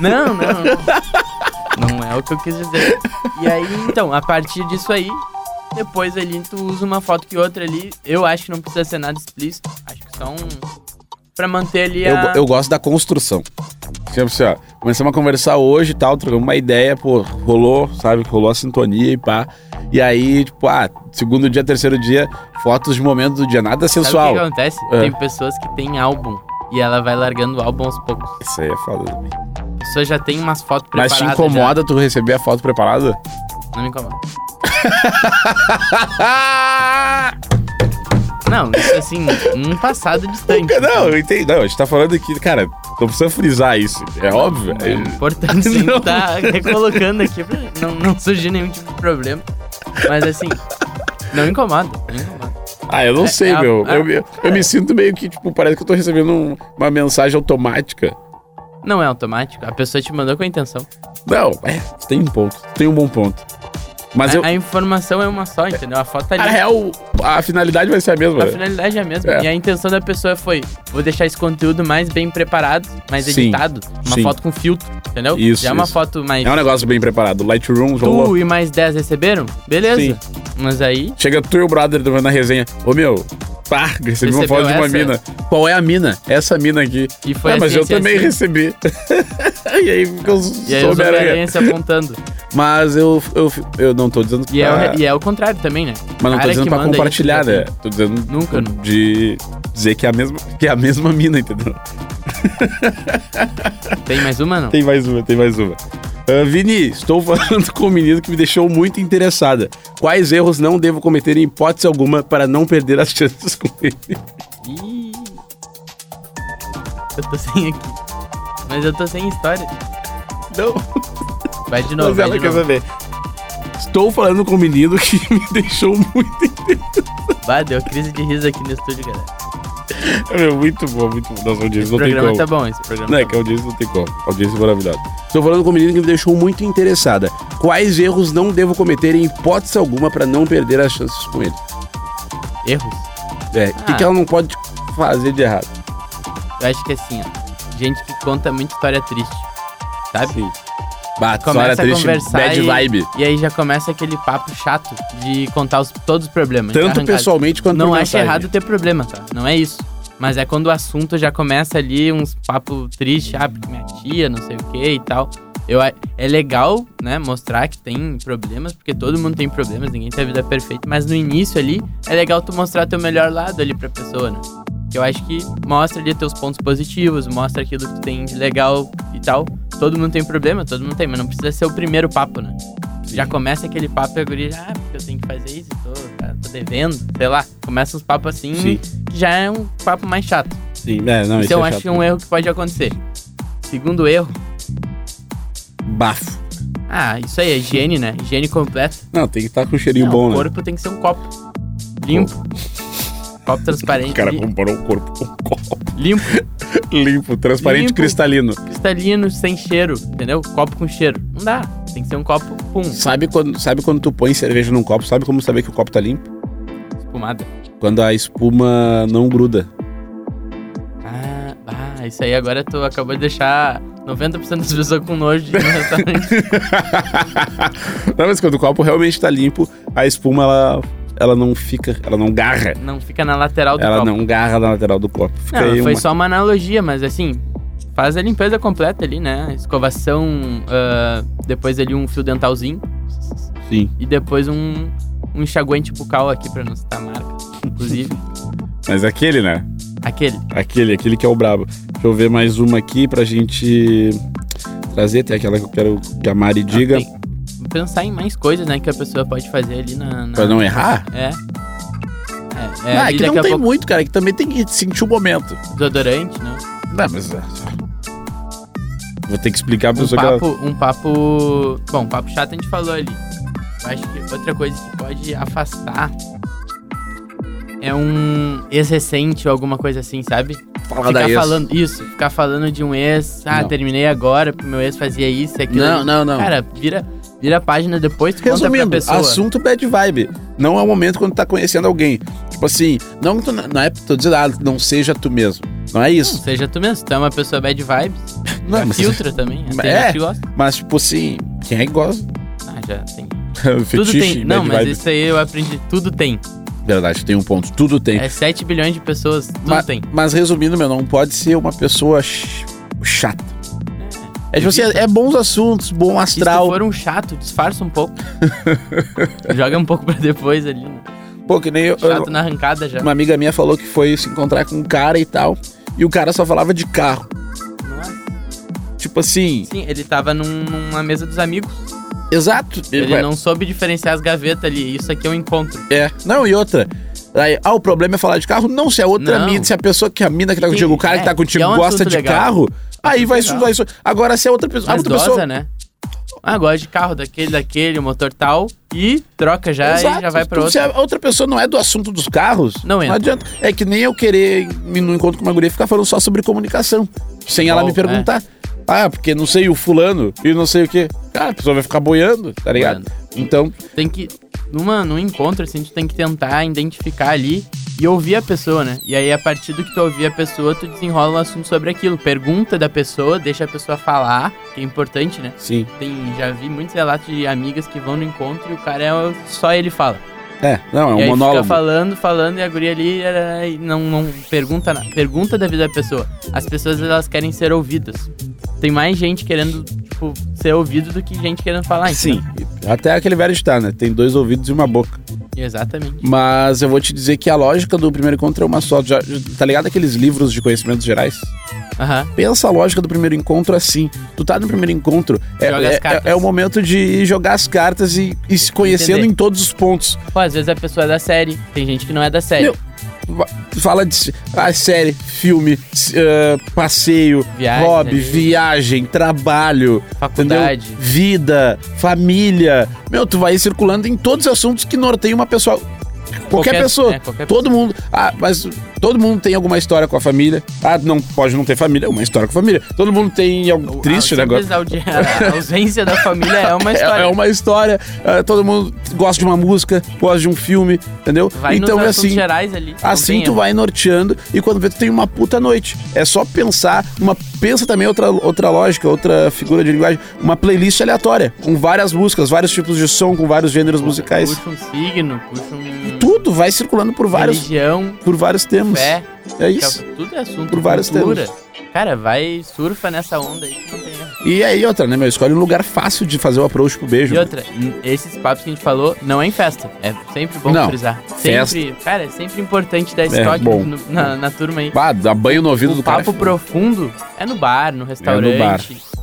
S3: Não, não, não. Não é o que eu quis dizer. E aí, então, a partir disso aí, depois ali tu usa uma foto que outra ali. Eu acho que não precisa ser nada explícito. Acho que só um. Pra manter ali
S1: Eu,
S3: a.
S1: eu gosto da construção. Tipo assim, ó, começamos a conversar hoje e tal, trocamos uma ideia, pô, rolou, sabe? Rolou a sintonia e pá. E aí, tipo, ah, segundo dia, terceiro dia, fotos de momento do dia, nada
S3: Sabe o
S1: sensual.
S3: que que acontece?
S1: É.
S3: Tem pessoas que têm álbum. E ela vai largando o álbum aos poucos.
S1: Isso aí é foda também.
S3: A pessoa já tem umas fotos
S1: Mas
S3: preparadas.
S1: te incomoda tu receber a foto preparada?
S3: já. Não me incomoda.
S1: Ah!
S3: Não, isso assim, um passado distante. assim.
S1: não, eu entendi. Não, a gente tá falando aqui, cara, não precisa frisar isso. É óbvio.
S3: É
S1: É-
S3: importante sim
S1: Não.
S3: tá recolocando aqui pra não, não surgir nenhum tipo de problema. Mas assim, não incomoda, não incomoda.
S1: Ah, eu não
S3: É,
S1: sei,
S3: é a-
S1: meu.
S3: é-
S1: eu, me- eu me sinto meio que, tipo, parece que eu tô recebendo um- uma mensagem automática.
S3: Não é automático, a pessoa te mandou com a intenção.
S1: Não, é, tu tem um ponto. tu Tem um bom ponto. Mas
S3: a,
S1: eu. Ah, é?
S3: a informação é uma só, entendeu? A foto tá
S1: Na
S3: ali.
S1: real, a finalidade vai ser a mesma.
S3: A
S1: né?
S3: finalidade é a mesma.
S1: É.
S3: E a intenção da pessoa foi: vou deixar esse conteúdo mais bem preparado, mais
S1: Sim.
S3: editado. Uma
S1: Sim.
S3: foto com filtro, entendeu?
S1: Isso,
S3: Já é uma
S1: isso.
S3: foto mais.
S1: É um negócio bem preparado. Lightroom, rolou.
S3: Tu e mais 10 receberam? Beleza.
S1: Sim.
S3: Mas aí.
S1: Chega tu e o brother do- na resenha. Ô, meu, pá, recebi uma
S3: Recebeu
S1: foto de uma
S3: essa?
S1: mina. Qual é a mina? Essa mina aqui.
S3: E foi
S1: ah, mas
S3: assim,
S1: eu
S3: assim,
S1: também
S3: assim.
S1: recebi. e aí ficou
S3: E aí os
S1: sobre
S3: homem se apontando.
S1: Mas eu, eu, eu não tô dizendo
S3: E é,
S1: pra-
S3: o, e é o contrário também, né?
S1: Ah. Mas não tô
S3: Cara
S1: dizendo
S3: que
S1: pra
S3: manda
S1: compartilhar,
S3: isso,
S1: né? Tô dizendo
S3: Nunca,
S1: de,
S3: nunca.
S1: dizer que é a mesma, que é a mesma mina, entendeu?
S3: Tem mais uma, não?
S1: Tem mais uma, tem mais uma. Ah, Vini, estou falando com um menino que me deixou muito interessada. Quais erros não devo cometer em hipótese alguma para não perder as chances com ele?
S3: Ih. Eu tô sem aqui. Mas eu tô sem história.
S1: Não,
S3: Vai de novo,
S1: mas
S3: vai
S1: ela
S3: de
S1: quer
S3: novo.
S1: saber. Estou falando com um menino que me deixou muito.
S3: Bah, deu crise de riso aqui no estúdio, galera.
S1: É, Meu, muito bom, muito bom. Nossa, o
S3: Esse
S1: não tem
S3: programa
S1: como.
S3: tá bom, esse programa.
S1: Não,
S3: tá
S1: é que a audiência não tem como. A audiência é maravilhosa. Estou falando com um menino que me deixou muito interessada. Quais erros não devo cometer em hipótese alguma pra não perder as chances com ele?
S3: bom. Erros.
S1: É, o que,
S3: Ah.
S1: que ela não pode fazer de errado?
S3: Eu acho que assim, ó. Gente que conta muita história triste. Sabe?
S1: Sim. Bate,
S3: Começa
S1: história
S3: a
S1: triste,
S3: conversar
S1: bad
S3: e-
S1: vibe.
S3: E aí já começa aquele papo chato de contar os- todos os problemas.
S1: Tanto
S3: arrancados.
S1: pessoalmente quanto
S3: Não
S1: por
S3: acho
S1: mensagem.
S3: errado ter problema, tá? Não é isso. Mas é quando o assunto já começa ali, uns papo triste, ah, porque minha tia, não sei o que e tal. Eu, a- é legal, né, mostrar que tem problemas, porque todo mundo tem problemas, ninguém tem a vida perfeita. Mas no início ali, é legal tu mostrar teu melhor lado ali pra pessoa, né? Que eu acho que mostra ali teus pontos positivos, mostra aquilo que tu tem de legal e tal. Todo mundo tem problema, todo mundo tem, mas não precisa ser o primeiro papo, né? Já começa aquele papo e a guria, ah, porque eu tenho que fazer isso, tô, tá- tô devendo, sei lá. Começa uns papos assim,
S1: Sim.
S3: que já é um papo mais chato.
S1: Sim, é, não,
S3: então eu
S1: isso é
S3: acho
S1: chato.
S3: que é um erro que pode acontecer. Segundo erro, um
S1: Bafo.
S3: ah, isso aí, é higiene, né? Higiene completa.
S1: Não, tem que estar com um cheirinho
S3: Não,
S1: bom,
S3: o
S1: né?
S3: corpo tem que ser um copo. Limpo. copo transparente.
S1: O cara um
S3: li-
S1: comparou o corpo com o copo.
S3: Limpo.
S1: Limpo, transparente,
S3: Limpo.
S1: cristalino.
S3: Cristalino, sem cheiro, entendeu? Copo com cheiro. Não dá. Tem que ser um copo, pum,
S1: Sabe quando, sabe quando tu põe cerveja num copo? Sabe como saber que o copo tá limpo?
S3: espumada.
S1: Quando a espuma não gruda.
S3: Ah, ah, isso aí agora tu acabou de deixar 90% das pessoas com nojo de ir no restaurante.
S1: não, mas quando o copo realmente tá limpo, a espuma ela, ela não fica, ela não garra.
S3: Não fica na lateral do
S1: Ela
S3: copo.
S1: não garra na lateral do copo. Fica
S3: Não,
S1: aí
S3: foi
S1: uma-
S3: só uma analogia, mas assim, faz a limpeza completa ali, né? Escovação, ah, depois ali um fio dentalzinho
S1: Sim.
S3: e depois um, um enxaguante bucal aqui pra não citar a marca, inclusive.
S1: Mas aquele, né?
S3: Aquele.
S1: Aquele, aquele que é o brabo. Deixa eu ver mais uma aqui pra gente trazer. Tem aquela que eu quero que a Mari diga.
S3: Ah, Tem- Pensar em mais coisas, né, que a pessoa pode fazer ali na... na-
S1: Pra não errar?
S3: É. É, é
S1: ah,
S3: ali
S1: que
S3: daqui
S1: não
S3: a
S1: tem
S3: pouco
S1: muito, cara. Que também tem que sentir o momento.
S3: desodorante, né?
S1: Não, mas... ah, Vou ter que explicar pra
S3: Um
S1: pessoa que é. ela...
S3: papo, um papo... Bom, papo chato a gente falou ali. Eu acho que outra coisa que pode afastar é um ex recente ou alguma coisa assim, sabe?
S1: Fala
S3: ficar
S1: daí.
S3: falando isso, ficar falando de um ex, ah,
S1: Não.
S3: terminei agora, porque meu ex fazia isso e aquilo.
S1: Não,
S3: ali.
S1: não, não.
S3: Cara, vira, vira a página depois, tu conta pra
S1: Resumindo,
S3: pessoa.
S1: assunto bad vibe. Não é o momento quando tu tá conhecendo alguém. Tipo assim, não, tu- não é tô dizendo, ah, não seja tu mesmo. Não é
S3: Ou
S1: isso.
S3: seja tu mesmo, tu é uma pessoa bad vibes,
S1: Não, mas,
S3: filtra também, tem
S1: É.
S3: gente que gosta.
S1: mas, tipo assim, quem é que gosta?
S3: Ah, já tem. Tudo
S1: Fetiche,
S3: tem.
S1: bad
S3: Não, mas
S1: vibe.
S3: isso aí eu aprendi, tudo tem.
S1: Verdade, tem um ponto. Tudo tem.
S3: É 7 bilhões de pessoas, tudo
S1: Ma-
S3: tem.
S1: Mas resumindo, meu, não pode ser uma pessoa ch- chata. É tipo assim, é, é bons assuntos, bom
S3: Se tu
S1: astral.
S3: for um chato, disfarça um pouco. Joga um pouco pra depois ali. né?
S1: Pô, que nem eu-
S3: Chato né? na arrancada já.
S1: uma amiga minha falou que foi se encontrar com um cara e tal, e o cara só falava de carro.
S3: Nossa.
S1: Tipo assim,
S3: é? Sim, ele tava num- numa mesa dos amigos.
S1: exato.
S3: Ele
S1: é,
S3: não soube diferenciar as gavetas ali. Isso aqui é um encontro.
S1: É. Não, e outra. Aí, ah, o problema é falar de carro? Não, se a outra
S3: Não.
S1: mina, se a pessoa que a mina que tá
S3: Sim,
S1: contigo, o cara que
S3: é.
S1: tá contigo
S3: E é um
S1: gosta
S3: assunto
S1: de
S3: legal.
S1: carro, aí vai,
S3: legal.
S1: vai. Agora, se a outra pessoa. A
S3: Mas
S1: outra
S3: dosa,
S1: pessoa.
S3: né? Ah, gosto de carro daquele, daquele, o motor tal. E troca É, já
S1: Exato.
S3: e já vai pra
S1: Se
S3: outro.
S1: a outra pessoa não é do assunto dos carros,
S3: Não entra.
S1: adianta. É que nem eu querer, me- no encontro com uma guria, ficar falando só sobre comunicação, sem ela
S3: Bom, é.
S1: me perguntar. Ah, porque não sei o fulano e não sei o quê. Cara, a pessoa vai ficar boiando, tá ligado? Então,
S3: Tem que. Numa, num encontro, assim, tu tem que tentar identificar ali e ouvir a pessoa, né? E aí, a partir do que tu ouvir a pessoa, tu desenrola um assunto sobre aquilo. Pergunta da pessoa, deixa a pessoa falar, que é importante, né?
S1: sim.
S3: Tem, já vi muitos relatos de amigas que vão no encontro e o cara é o- só ele fala.
S1: É, não, é um
S3: e aí
S1: monólogo.
S3: fica falando, falando, e a guria ali era- e não, não pergunta nada. Pergunta da vida da pessoa. As pessoas elas querem ser ouvidas. Tem mais gente querendo, tipo, ser ouvido do que gente querendo falar.
S1: Sim.
S3: entendeu?
S1: Até aquele velho ditado, né? Tem dois ouvidos e uma boca.
S3: Exatamente.
S1: Mas eu vou te dizer que a lógica do primeiro encontro é uma só. Já, já- tá ligado aqueles livros de conhecimentos gerais?
S3: Aham.
S1: Pensa a lógica do primeiro encontro assim. Tu tá no primeiro encontro, é,
S3: Joga
S1: é-
S3: as cartas.
S1: é- é o momento de jogar as cartas e, e se conhecendo
S3: Entender.
S1: em todos os pontos.
S3: Pô, às vezes a pessoa é da série, tem gente que não é da série.
S1: Meu, Va- Fala de ah, série, filme, s- ah, passeio,
S3: Viagem,
S1: hobby,
S3: né?
S1: viagem, trabalho, entendeu?
S3: faculdade.
S1: vida, família. Meu, tu vai circulando em todos os assuntos que norteiam uma pessoa. Qualquer, pessoa.
S3: é, qualquer
S1: Todo mundo. Ah, mas todo mundo tem alguma história com a família. Ah, não, pode não ter família, é uma história com a família. Todo mundo tem algo
S3: pessoa.
S1: triste né,
S3: A
S1: negócio.
S3: simples audi- A ausência da família é uma
S1: É,
S3: história.
S1: é uma história. ah, todo mundo gosta de uma música, gosta de um filme, entendeu?
S3: Vai
S1: então
S3: nos
S1: é
S3: assuntos
S1: assim.
S3: gerais ali. não
S1: Assim
S3: tem
S1: tu
S3: erro.
S1: vai norteando e quando vê tu tem uma puta noite. É só pensar, uma pensa também outra, outra lógica, outra figura de linguagem, uma playlist aleatória, com várias músicas, vários tipos de som, com vários gêneros musicais.
S3: Puxa um signo, puxa um...
S1: Tudo vai circulando por vários,
S3: Religião,
S1: por vários temas.
S3: fé...
S1: É
S3: Que é-
S1: isso.
S3: Tudo é assunto.
S1: Por vários
S3: cultura. Cara, vai, surfa nessa onda aí que não tem erro.
S1: E aí outra, né, meu? Escolhe um lugar fácil de fazer o approach pro beijo. né?
S3: E outra, n- esses papos que a gente falou não é em festa. É sempre bom
S1: Não,
S3: frisar.
S1: festa.
S3: Sempre, cara, é sempre importante dar estoque
S1: bom.
S3: no- na, na turma aí.
S1: Bah, dá banho no ouvido
S3: o
S1: do
S3: papo
S1: cara.
S3: profundo é no bar, no restaurante,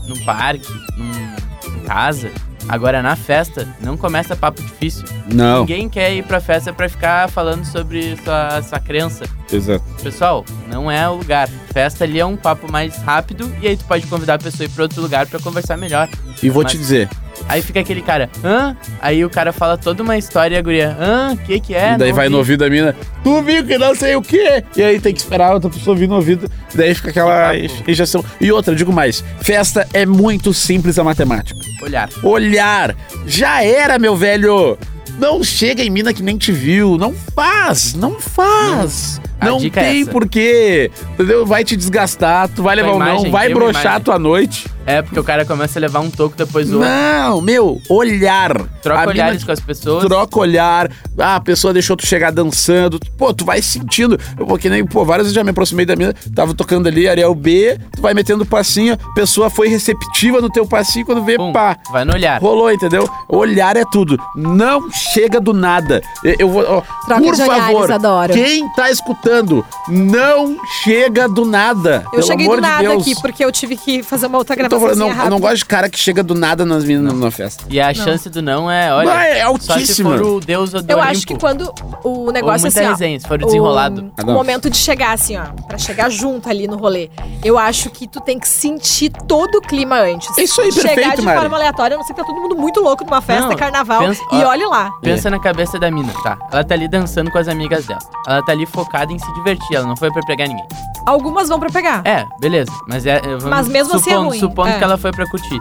S3: no, parque, num- em casa. Agora na festa, não começa papo difícil.
S1: Não,
S3: Ninguém quer ir pra festa pra ficar falando sobre sua, sua crença.
S1: exato.
S3: Pessoal, não é o lugar. Festa ali é um papo mais rápido e aí tu pode convidar a pessoa a ir pra outro lugar pra conversar melhor.
S1: E vou te
S3: Mas-
S1: dizer,
S3: Aí fica aquele cara, hã? Aí o cara fala toda uma história e a guria, hã? Que que é?
S1: e daí
S3: Não
S1: vai
S3: vi."
S1: no ouvido da mina, tu viu que não sei o quê? E aí tem que esperar a outra pessoa vir no ouvido. E daí fica
S3: Tá
S1: aquela injeção. E outra, digo mais, festa é muito simples a matemática.
S3: Olhar.
S1: Olhar, já era, meu velho. Não chega em mina que nem te viu. Não faz, não faz.
S3: A
S1: Não
S3: dica é
S1: tem
S3: essa.
S1: porquê. Entendeu? Vai te desgastar, tu vai levar um não,
S3: imagem,
S1: vai
S3: tem uma
S1: brochar a
S3: imagem.
S1: tua noite.
S3: É, porque o cara começa a levar um toco depois do outro.
S1: Não, meu, olhar. A
S3: Troca
S1: mina
S3: olhares com as pessoas.
S1: troca olhar, ah, a pessoa deixou tu chegar dançando, tu- pô, tu vai sentindo. Eu vou que nem, pô, várias vezes já me aproximei da mina, tava tocando ali, Ariel B, tu vai metendo passinho, a pessoa foi receptiva no teu passinho, quando vê,
S3: Pum, É.
S1: pá.
S3: vai no olhar.
S1: Rolou, entendeu? Olhar é tudo. Não chega do nada. Eu- Eu vou. ó,
S2: Troca
S1: por
S2: de olhares,
S1: favor,
S2: adoro.
S1: quem tá escutando, não chega do nada.
S2: Eu
S1: pelo
S2: cheguei
S1: amor
S2: do
S1: de
S2: nada
S1: Deus.
S2: aqui, porque eu tive que fazer uma outra
S1: Eu tô
S2: gravação. assim, é
S1: falando, não,
S2: rápida.
S1: eu não gosto de cara que chega do nada nas meninas na festa.
S3: E a chance do não é, olha.
S1: Ah, é
S3: Só se
S1: altíssima.
S3: for o Deus do
S2: Eu
S3: Olimpo.
S2: acho que quando o
S3: Ou
S2: negócio é
S3: muita
S2: assim, ó, um-
S3: resenha, se for o desenrolado.
S1: Ah,
S2: O
S1: não.
S2: momento de chegar, assim, ó, pra chegar junto ali no rolê. Eu acho que tu tem que sentir todo o clima antes.
S1: É isso aí,
S2: Chegar
S1: perfeito,
S2: de
S1: Mari.
S2: forma aleatória, a não sei que tá todo mundo muito louco numa festa,
S3: Não,
S2: carnaval.
S3: pensa-
S2: e
S3: ó.
S2: olhe lá.
S3: Pensa
S1: É.
S3: na cabeça da mina, tá? Ela tá ali dançando com as amigas dela. Ela tá ali focada em se divertir, ela não foi pra pegar ninguém.
S2: Algumas vão pra pegar.
S3: É, beleza. Mas, é, é, vamos
S2: Mas mesmo assim é
S3: supondo,
S2: ruim,
S3: Supondo
S2: é.
S3: que ela foi pra curtir.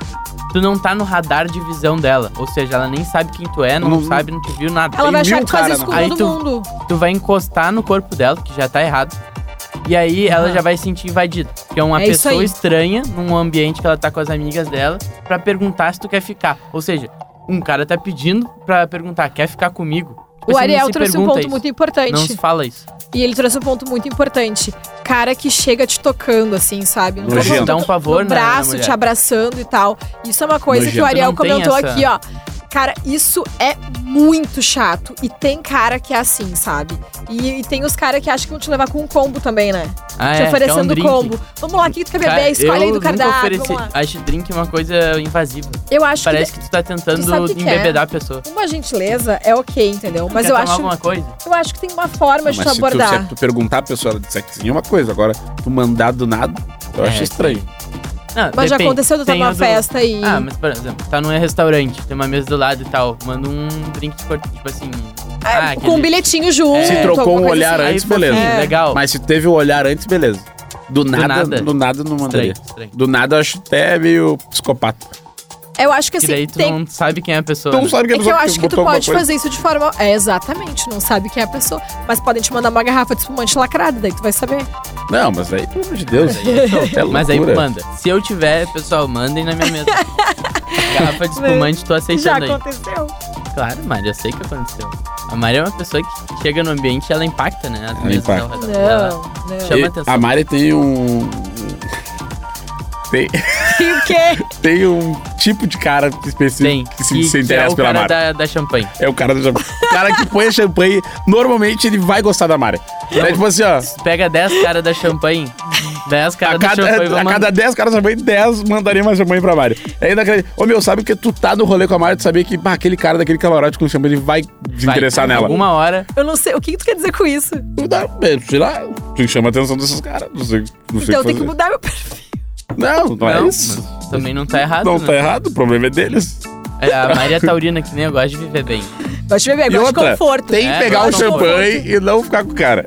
S3: Tu não tá no radar de visão dela. Ou seja, ela nem sabe quem tu é, não,
S1: Não-
S3: sabe, não te viu nada.
S2: Ela
S1: tem
S2: vai achar
S1: mil
S2: que tu faz
S1: cara,
S2: isso com
S3: né? Aí
S2: todo
S3: tu-
S2: mundo.
S3: Tu vai encostar no corpo dela, que já tá errado. E aí ela já vai se sentir invadida. Que é uma
S2: É isso
S3: pessoa
S2: aí.
S3: estranha num ambiente que ela tá com as amigas dela pra perguntar se tu quer ficar. Ou seja, um cara tá pedindo pra perguntar, quer ficar comigo? Tipo assim,
S2: O
S3: não
S2: Ariel
S3: se
S2: trouxe um
S3: pergunta
S2: ponto
S3: isso.
S2: muito importante.
S3: Não se fala isso.
S2: E ele trouxe um ponto muito importante. Cara que chega te tocando, assim, sabe? Não tô
S1: Nojento.
S2: falando
S3: Dá um
S2: no-
S3: pavor
S2: no
S3: na- na
S2: braço,
S3: mulher.
S2: te abraçando e tal. Isso é uma coisa que
S1: Nojento.
S2: o Ariel
S3: Não tem
S2: comentou
S3: essa-
S2: aqui, ó. Cara, isso é muito chato. E tem cara que é assim, sabe? E, e tem os caras que acham que vão te levar com um combo também, né?
S3: Ah,
S2: te
S3: é, quer um
S2: oferecendo
S3: drink.
S2: combo. Vamos lá, o que tu quer beber?
S3: Cara,
S2: Escolhe aí do
S3: nunca
S2: cardápio.
S3: ofereci-
S2: Vamos lá.
S3: Acho drink uma coisa invasiva.
S2: Eu acho
S3: Parece que tu tá tentando
S2: tu sabe o que que é?
S3: embebedar a pessoa.
S2: que uma gentileza é ok, entendeu? Mas
S3: Quer
S2: eu
S3: tomar
S2: acho,
S3: alguma coisa?
S2: eu acho que tem uma forma
S1: Não, mas
S2: de tu
S1: se tu,
S2: abordar.
S1: se tu perguntar a pessoa, ela disser que sim, é uma coisa. Agora, tu mandar do nada, eu
S3: É,
S1: acho estranho.
S3: Não,
S2: Mas já
S3: depende.
S2: aconteceu de eu estar
S3: Tem
S2: numa
S3: o do-
S2: festa e.
S3: Ah, mas por exemplo, tá num restaurante, tem uma mesa do lado e tal, manda um drink de corte, tipo assim. Ah,
S2: com um
S3: aquele- É.
S2: bilhetinho junto.
S1: Se trocou um
S2: alguma coisa
S1: olhar
S2: assim.
S1: antes,
S3: Aí,
S1: beleza. É.
S3: fofinho, legal.
S1: Mas se teve o olhar antes, beleza. Do nada, do nada,
S3: Oh. nada?
S1: não mandaria.
S3: Estranho, estranho.
S1: Do nada, eu acho até meio psicopata.
S2: Eu acho que assim,
S3: e daí tu
S2: tem.
S3: não sabe quem é a pessoa.
S1: Tu
S3: né?
S1: não sabe
S2: É que
S1: pessoa
S2: eu acho que tu
S1: botou alguma
S2: pode
S1: coisa.
S2: fazer isso de forma. É, exatamente, não sabe quem é a pessoa. Mas podem te mandar uma garrafa de espumante lacrada, daí tu vai saber.
S1: Não, mas aí, pelo amor de Deus. é
S3: Mas aí
S1: loucura.
S3: manda. Se eu tiver, pessoal, mandem na minha mesa. Garrafa de espumante, tô
S2: Já
S3: aceitando aí.
S2: aconteceu.
S3: Claro, Mari, eu sei que aconteceu. A Mari é uma pessoa que chega no ambiente e ela impacta, né? As
S1: Ela
S3: mesas
S1: impacta.
S3: ao redor dela.
S2: Não, não.
S3: Chama
S1: E
S3: atenção.
S1: a Mari tem um. Tem,
S2: E o quê?
S1: tem um tipo de cara específico
S3: Tem.
S1: que se, se
S3: é
S1: interessa
S3: o
S1: pela
S3: cara
S1: Mari.
S3: da, da champanhe.
S1: É o cara do champanhe. O cara que põe a champanhe, normalmente ele vai gostar da Mari. É tipo assim, ó.
S3: Pega 10 caras da champanhe, 10
S1: A
S3: caras da champanhe
S1: cada,
S3: vão
S1: a cada 10 caras da champanhe, 10 mandariam uma champanhe pra Mari. É inacreditável. Ô meu, sabe que tu tá no rolê com a Mari, tu sabia que bah, aquele cara daquele camarote com champanhe ele vai te interessar nela.
S3: Alguma hora.
S2: Eu não sei. O que que tu quer dizer com isso?
S1: Tu dá, é, sei lá, tu chama a atenção desses caras. Não sei, não sei o
S2: Então eu
S1: que
S2: tenho que
S1: fazer.
S2: mudar meu perfil.
S1: Não, não, é
S3: não,
S1: isso.
S3: mas também não tá errado.
S1: Não
S3: né?
S1: tá errado, o problema é deles.
S3: É, A Maria Taurina, que nem eu, gosta de viver bem.
S2: Gosto de beber,
S1: E
S2: gosto de
S1: outra,
S2: É, conforto.
S1: tem que
S3: É,
S1: pegar o
S3: gosto de
S1: champanhe e não ficar com o cara.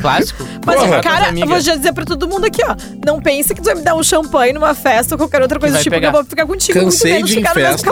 S3: Clássico.
S2: Mas,
S1: Porra.
S2: o cara, eu
S3: amiga.
S2: vou já dizer pra todo mundo aqui, ó. Não pense que tu vai me dar um champanhe numa festa ou qualquer outra coisa do
S3: vai
S2: tipo,
S3: pegar.
S2: que eu vou ficar contigo.
S1: Cansei
S2: muito menos
S1: de ir em
S2: ficar no mesmo
S1: festa.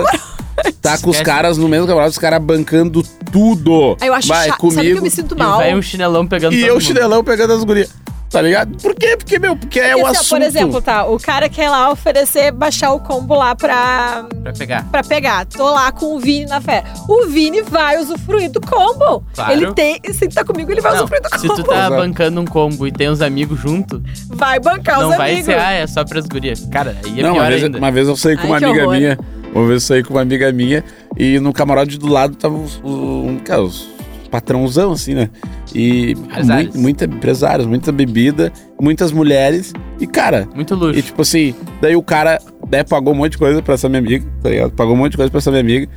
S2: camarote.
S1: Tá com os
S3: Esquece.
S1: caras no mesmo camarote, os caras bancando tudo.
S2: Aí Ah, eu acho
S1: vai,
S2: chato.
S1: comigo.
S2: Sabe que eu me sinto
S3: E
S2: mal?
S3: vai um chinelão pegando
S1: E
S3: todo
S1: eu,
S3: mundo.
S1: chinelão, pegando as gurias. Tá ligado? Por quê? Porque, meu, porque é
S2: Porque,
S1: o
S2: assim, ó,
S1: assunto.
S2: Por exemplo, tá, o cara quer lá oferecer, baixar o combo lá pra,
S3: Pra pegar.
S2: pra pegar. Tô lá com o Vini na fé. O Vini vai usufruir do combo.
S3: Claro.
S2: Ele tem, se tá comigo, ele vai
S3: Não,
S2: usufruir do
S3: se
S2: combo.
S3: tu tá
S1: Exato.
S3: bancando um combo e tem uns amigos junto,
S2: Vai bancar
S3: não
S2: Tá os
S3: vai
S2: amigos.
S3: ser, ah, é só pras gurias. Cara, aí é
S1: não, uma
S3: pior
S1: vez,
S3: ainda.
S1: uma vez eu saí com
S2: Ai,
S1: uma
S2: que
S1: amiga
S2: horror.
S1: minha. Uma vez eu saí com uma amiga minha e no camarote do lado tava os, um, cara, os patrãozão, assim, né? E
S3: Empresários.
S1: muito, muito empresários, muita bebida, muitas mulheres. E, cara,
S3: Muito
S1: e
S3: luxo.
S1: tipo assim, daí o cara né, pagou um monte de coisa pra essa minha amiga, tá ligado? Pagou um monte de coisa pra essa minha amiga.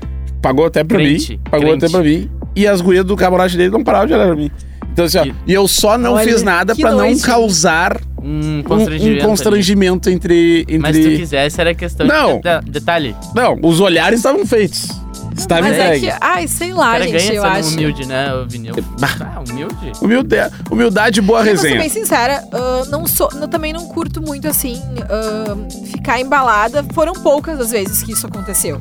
S1: Pagou até pra
S3: Crente,
S1: mim. Pagou
S3: crente.
S1: até pra mim. E as gurias do camarote dele não paravam de olhar pra mim. Então, assim, ó, e,
S3: E-
S1: eu só não
S2: Olha,
S1: fiz nada
S2: que
S1: pra não
S2: noite.
S1: causar
S3: Um um
S1: um-
S3: constrangimento.
S1: um constrangimento entre. entre...
S3: ali. Mas se tu quisesse, era questão
S1: Não.
S3: de deta- detalhe.
S1: Não, os olhares estavam feitos. Está me
S2: Mas é que,
S1: entregue.
S2: ai, sei
S3: O
S2: lá,
S3: cara
S2: gente,
S3: ganha
S2: eu
S3: sendo
S2: acho.
S3: humilde, né, o vinil?
S1: Bah.
S3: Ah, humilde?
S1: Humilde... Humildade e boa
S2: Eu vou ser
S1: resenha.
S2: bem sincera, ah, não sou, eu também não curto muito assim ah, ficar embalada. Foram poucas as vezes que isso aconteceu.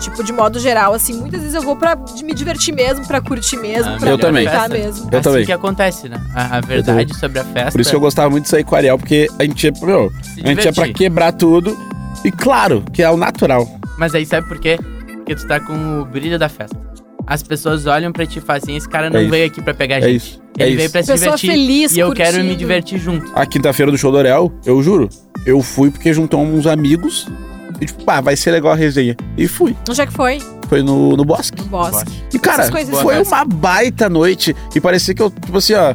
S2: Tipo, de modo geral, assim, muitas vezes eu vou pra de me divertir mesmo, pra curtir mesmo,
S3: Ah,
S2: pra
S1: eu também.
S2: aproveitar
S3: Festa.
S2: mesmo.
S1: Eu
S3: assim
S1: também.
S3: que acontece, né? A, a verdade sobre a festa.
S1: Por isso que eu gostava muito de sair com o Ariel, porque a gente ia, meu,
S3: Se
S1: a gente ia pra
S3: divertir.
S1: quebrar tudo. E claro, que é o natural.
S3: Mas aí sabe por quê? Porque tu tá com o brilho da festa. As pessoas olham pra ti e falam assim, esse cara não
S1: isso.
S3: veio aqui pra pegar a
S1: É
S3: gente.
S1: isso. É
S3: Ele veio
S1: isso.
S3: pra se
S2: Pessoa
S3: divertir.
S2: feliz,
S3: e eu quero me
S2: curtindo.
S3: divertir junto.
S1: A quinta-feira do show do Ariel, eu juro, eu fui porque juntou uns amigos. E tipo, pá, vai ser legal a resenha. E fui.
S2: Onde é que foi?
S1: Foi no, no Bosque.
S2: No bosque.
S1: E, cara,
S2: Essas coisas
S1: foi
S3: boas.
S1: uma baita noite. E parecia que eu, tipo assim, ó.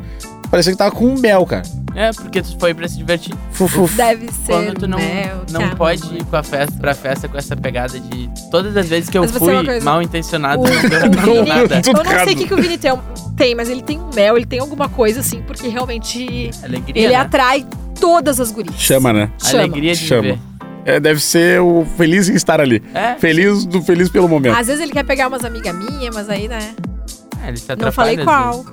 S1: Parecia que tava com um mel, cara.
S3: É, porque tu foi pra se divertir.
S1: Fu, fu, fu.
S2: Deve ser.
S3: Quando tu não,
S2: mel, é
S3: não
S2: cara.
S3: pode ir com a festa, pra festa com essa pegada de... Todas as vezes que eu
S2: Mas você é
S3: fui
S2: uma coisa-
S3: mal intencionado,
S2: O-
S3: não deu
S2: o Vini-
S3: nada.
S1: Tudo
S2: Eu não sei
S1: errado.
S2: o que, que o Vini tem, tem, mas ele tem um mel, ele tem alguma coisa assim, porque realmente
S3: Alegria,
S2: é ele
S3: né?
S2: atrai todas as gurias.
S1: Chama, né?
S2: Chama.
S3: Alegria de
S1: Chama.
S3: viver.
S1: É, deve ser o feliz em estar ali.
S3: É,
S1: Feliz do feliz pelo momento.
S2: Às vezes ele quer pegar umas amigas minhas, mas aí, né?
S3: é, ele se atrapalha
S2: Não falei
S3: às
S2: qual.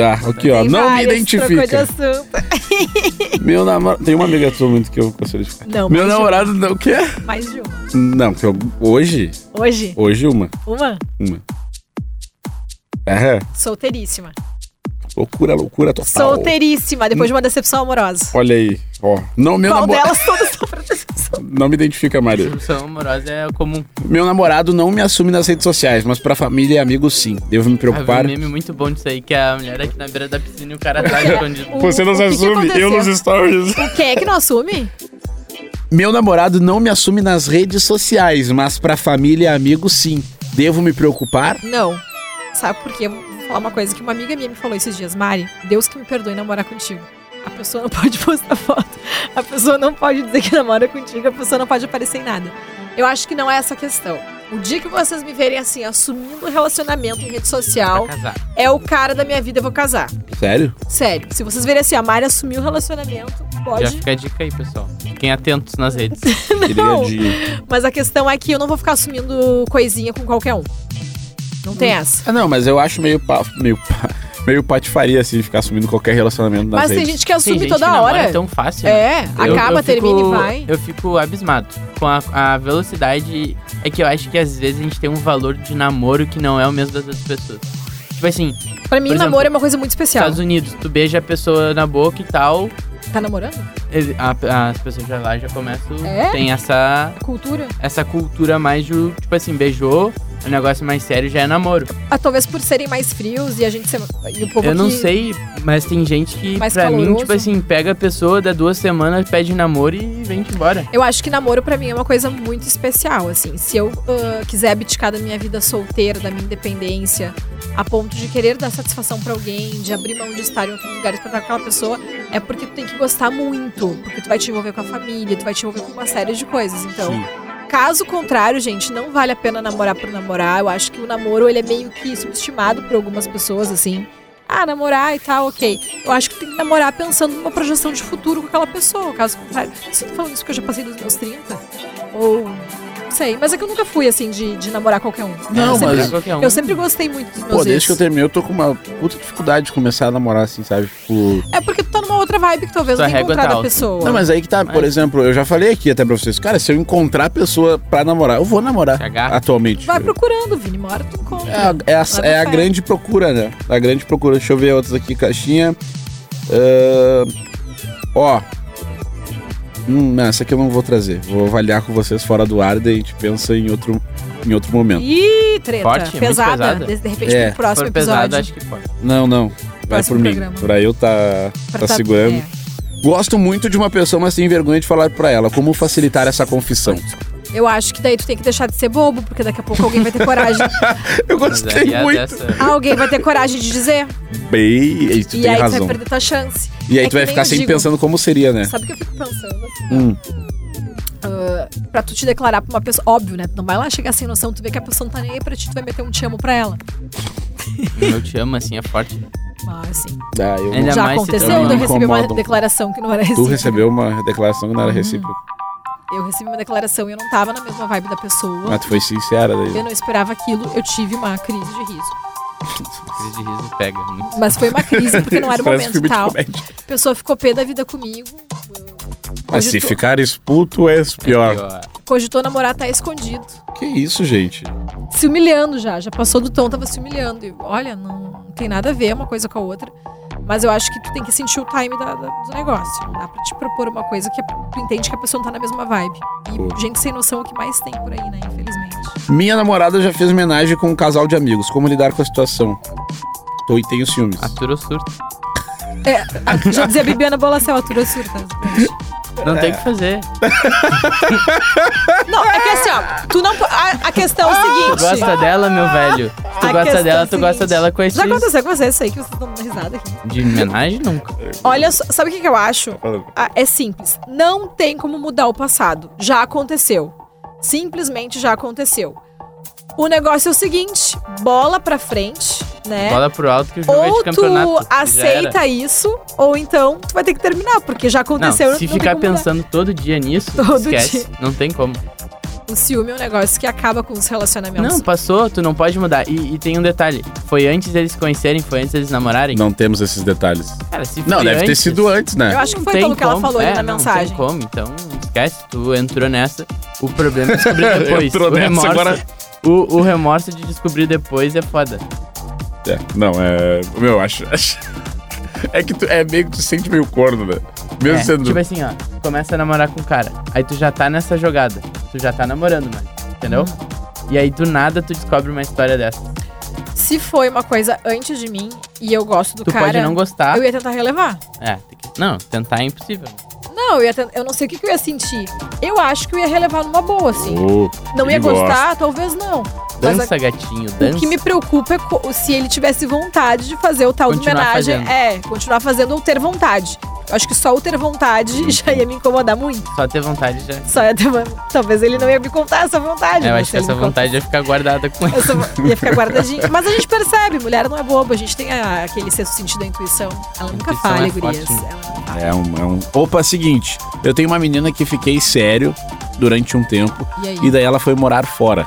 S1: Ah, aqui, ó.
S2: Tem
S1: Não me
S2: várias, assim. trocou de
S1: identifica.
S2: assunto.
S1: Meu namorado. Tem uma amiga sua muito que eu gostaria de ficar.
S2: Não,
S1: Meu
S2: mais de
S1: namorado não. O quê?
S2: uma, mais de uma.
S1: Não, que eu. Hoje?
S2: Hoje,
S1: Hoje uma.
S2: uma
S1: Uma. É,
S2: solteiríssima.
S1: loucura, loucura total.
S2: Solteiríssima, depois de uma decepção amorosa.
S1: Olha aí, ó. Não, meu
S2: Qual
S1: namorado.
S2: delas todas sofreu decepção?
S1: Não me identifica,
S3: vezes.
S1: Maria.
S3: Disrupção amorosa é comum.
S1: Meu namorado não me assume nas redes sociais, mas pra família e amigos sim. Devo me
S3: Ah, vi
S1: preocupar.
S3: um meme muito bom disso aí, que é a mulher aqui na beira da piscina e o cara tá escondido.
S2: É. O- o que que aconteceu?
S1: stories.
S2: Quem é que não assume?
S1: Meu namorado não me assume nas redes sociais, mas pra família e amigos sim. Devo me preocupar?
S2: Não. Sabe por quê? Eu Vou falar uma coisa que uma amiga minha me falou esses dias. Mari, Deus que me perdoe namorar contigo. A pessoa não pode postar foto. A pessoa não pode dizer que namora contigo. A pessoa não pode aparecer em nada. Eu acho que não é essa a questão. O dia que vocês me verem assim, assumindo relacionamento em rede
S3: Pra
S2: social,
S3: casar.
S2: é o cara da minha vida, eu vou casar.
S1: Sério?
S2: Sério. Se vocês verem assim, a Mari assumiu o relacionamento,
S3: Já
S2: pode.
S3: fica a dica aí, pessoal. Fiquem atentos nas redes.
S2: Não.
S1: Ligadinho.
S2: Mas a questão é que eu não vou ficar assumindo coisinha com qualquer um. Não tem
S3: Hum.
S2: essa.
S1: Ah, não, mas eu acho meio pa, meio pa- meio patifaria assim ficar assumindo qualquer relacionamento nas
S2: Mas
S1: redes.
S2: tem gente que assume
S3: gente que
S2: toda
S3: namora
S2: hora.
S3: tão fácil. né?
S2: É,
S3: Eu-
S2: acaba,
S3: eu fico-
S2: termina e vai.
S3: Eu fico abismado com a, a velocidade. É que eu acho que às vezes a gente tem um valor de namoro que não é o mesmo das outras pessoas. Tipo assim,
S2: Pra mim,
S3: Por exemplo,
S2: namoro é uma coisa muito especial.
S3: Estados Unidos, tu beija a pessoa na boca e tal,
S2: Tá namorando?
S3: ele- a- as pessoas já lá já começam.
S2: É?
S3: Tem essa,
S2: Cultura?
S3: essa cultura mais do. Tipo assim, beijou, o negócio mais sério já é namoro.
S2: Ah, talvez por serem mais frios e a gente ser... E o povo
S3: eu não
S2: que-
S3: sei, mas tem gente que,
S2: Mais
S3: pra mim,
S2: caloroso.
S3: tipo assim, pega a pessoa, dá duas semanas, pede namoro e vem embora.
S2: Eu acho que namoro pra mim é uma coisa muito especial, assim. Se eu ah, quiser abdicar da minha vida solteira, da minha independência, a ponto de querer dar satisfação pra alguém, de abrir mão de estar em outros lugares pra estar com aquela pessoa, é porque tu tem que gostar muito, porque tu vai te envolver com a família, tu vai te envolver com uma série de coisas. Então,
S1: Sim.
S2: Caso contrário, gente, não vale a pena namorar por namorar. Eu acho que o namoro ele é meio que subestimado por algumas pessoas, assim. Ah, namorar e tal, ok. Eu acho que tem que namorar pensando numa projeção de futuro com aquela pessoa. Caso contrário, se eu tô falando isso que eu já passei dos meus 30? Ou. Não sei, mas é que eu nunca fui assim de, de namorar qualquer um.
S1: Não,
S3: Essa é
S2: eu
S1: mas-
S2: sempre,
S3: pra qualquer um.
S2: eu sempre gostei muito dos meus
S1: Pô,
S2: ex.
S1: desde que eu terminei, eu tô com uma puta dificuldade de começar a namorar assim, sabe? Tipo,
S2: É porque tu tá numa outra vibe que talvez
S3: Tua
S2: não tenha
S3: régua tá
S2: encontrado a
S3: alta.
S2: pessoa.
S1: Não, mas aí que tá, por
S3: Mas-
S1: exemplo, eu já falei aqui até pra vocês, cara, se eu encontrar a pessoa pra namorar, eu vou namorar
S3: Se agarra.
S1: atualmente.
S2: Vai procurando, Vini, uma hora tu encontra.
S1: É a, é a-
S2: Vai
S1: é a
S2: pro
S1: grande procura, né? A grande procura. Deixa eu ver outras aqui, caixinha. Ahn, ó. Hum, não, essa aqui eu não vou trazer. Vou avaliar com vocês fora do ar, daí a gente pensa em outro, em outro momento.
S2: Ih, treta.
S3: Forte, muito
S2: pesada.
S3: pesada.
S2: De, de repente,
S1: É,
S2: pro próximo
S3: For pesado,
S2: episódio.
S3: acho que pode.
S1: Não, não. Vai
S2: Próximo
S1: por mim.
S2: programa.
S1: Por aí eu tá,
S2: pra
S1: tá
S2: tá-
S1: segurando.
S2: é.
S1: Gosto muito de uma pessoa, mas tenho vergonha de falar pra ela. Como facilitar essa confissão?
S2: Eu acho que daí tu tem que deixar de ser bobo, porque daqui a pouco alguém vai ter coragem.
S1: Eu
S3: Mas aí
S1: gostei
S3: é
S1: muito.
S3: dessa-
S2: alguém vai ter coragem de dizer.
S1: Bem, aí tu
S2: e
S1: tem
S2: aí tu
S1: razão.
S2: vai perder tua chance.
S1: E aí
S2: É
S1: tu
S2: que
S1: vai
S2: nem
S1: ficar
S2: eu
S1: sempre
S2: digo.
S1: pensando como seria, né?
S2: Sabe o que eu fico pensando? Assim, Ah,
S1: Hum.
S2: pra tu te declarar pra uma pessoa. Óbvio, né? Tu não vai lá chegar sem noção, tu vê que a pessoa não tá nem aí pra ti, tu vai meter um te amo pra ela.
S3: Eu te amo, assim, é forte.
S2: Mas, assim,
S1: Ah, eu
S3: Ainda é
S2: já
S3: mais se
S2: aconteceu,
S3: também
S2: eu recebi uma
S1: um incomodam.
S2: declaração que não era
S1: Tu
S2: recíproca.
S1: recebeu uma declaração que não era
S2: Uhum.
S1: recíproca.
S2: Eu recebi uma declaração e eu não tava na mesma vibe da pessoa.
S1: Mas tu foi sincera daí.
S2: Eu não esperava aquilo, eu tive uma crise de riso.
S3: Crise de riso pega. muito.
S2: Mas foi uma crise, porque não era o
S1: Parece um filme
S2: momento tá?
S1: de
S2: tal.
S1: comédia.
S2: A pessoa ficou pé da vida comigo.
S1: Mas
S2: Hoje
S1: se
S2: eu tô-
S1: ficares puto, és pior.
S3: Pior.
S2: Cogitou namorar, tá escondido.
S1: Que isso, gente?
S2: Se humilhando já. Já passou do tom, tava se humilhando. E, olha, não, não tem nada a ver uma coisa com a outra. Mas eu acho que tu tem que sentir o time da- da- do negócio. Não dá pra te propor uma coisa que é, tu entende que a pessoa não tá na mesma vibe.
S1: Pô.
S2: E gente sem noção é o que mais tem por aí, né? Infelizmente.
S1: Minha namorada já fez homenagem com um casal de amigos. Como lidar com a situação? Tô e tenho ciúmes.
S3: Atura o surto.
S2: Ah, Já dizia Bibiana Bolacel, altura surta.
S3: Não
S1: É.
S3: tem o que fazer.
S2: Não, é que assim, ó. Tu não. po- A, a questão é
S3: Tu
S2: o seguinte.
S3: gosta dela, meu velho? Se tu gosta
S2: A questão é
S3: dela,
S2: o
S3: tu gosta
S2: seguinte.
S3: dela com esse...
S2: Já aconteceu com vocês, sei que vocês estão dando risada aqui.
S3: De homenagem, nunca.
S2: Olha, só- sabe o que, que eu acho? Ah, É simples. Não tem como mudar o passado. Já aconteceu. Simplesmente já aconteceu. O negócio é o seguinte: bola pra frente, né?
S3: Bola pro alto que o jogo é
S2: ou
S3: de campeonato.
S2: tu
S3: Já era.
S2: aceita isso, ou então tu vai ter que terminar, porque já
S3: Não,
S2: aconteceu.
S3: se
S2: não tem
S3: ficar
S2: como mudar.
S3: pensando todo dia nisso,
S2: Todo
S3: esquece. Não tem como.
S2: O ciúme é um negócio que acaba com os relacionamentos.
S3: Não, passou, tu não pode mudar. E, e tem um detalhe: foi antes deles se conhecerem, foi antes deles namorarem?
S1: Não temos esses detalhes.
S3: Cara, se
S1: Não,
S3: foi
S1: deve ter
S3: antes,
S1: sido antes, né?
S2: Eu acho que
S3: não
S2: foi
S3: tem
S2: pelo que ela
S3: como.
S2: falou ali
S3: É,
S2: na
S3: não,
S2: mensagem.
S3: Não tem como, então esquece, tu entrou nessa. O problema é descobrir depois.
S1: Entrou
S3: o
S1: nessa,
S3: remorso,
S1: agora-
S3: o, o remorso de descobrir depois é foda.
S1: É, não, é. Meu, eu acho. acho- É que tu é meio que tu sente meio corno, né? Mesmo
S3: É,
S1: sendo.
S3: Tipo assim, ó, tu começa a namorar com um cara, aí tu já tá nessa jogada, tu já tá namorando, mano, entendeu? E aí do nada tu descobre uma história dessa.
S2: Se foi uma coisa antes de mim e eu gosto do
S3: Tu
S2: cara,
S3: pode não gostar.
S2: eu ia tentar relevar.
S3: É, tem que... não, tentar é impossível.
S2: Não, eu, ia ten- eu não sei o que, que eu ia sentir. Eu acho que eu ia relevar numa boa, assim.
S1: Oh,
S2: não ia
S1: ele gosta.
S2: gostar, talvez não. Mas
S3: Dança, gatinho,
S2: a- o
S3: dança.
S2: que me preocupa é co- se ele tivesse vontade de fazer o tal de
S3: Continuar
S2: homenagem.
S3: fazendo.
S2: É, continuar fazendo ou ter vontade. Eu acho que só o ter vontade já ia me incomodar muito.
S3: Só ter vontade já.
S2: Só ia ter uma- Talvez ele não ia me contar essa vontade.
S3: É, eu
S2: mas
S3: acho
S2: se
S3: que
S2: ele
S3: essa
S2: me contar-
S3: vontade ia ficar guardada com
S2: Essa vo- ia ficar guardadinha. Mas a gente percebe, mulher não é boba, a gente tem a- aquele sexto sentido da intuição. Ela nunca
S3: Intuição
S2: falha,
S3: é
S2: gurias.
S3: forte, né?
S2: Ela não
S1: É um, é um. Opa, seguinte. Eu tenho uma menina que fiquei sério durante um tempo
S2: E aí?
S1: e daí ela foi morar fora.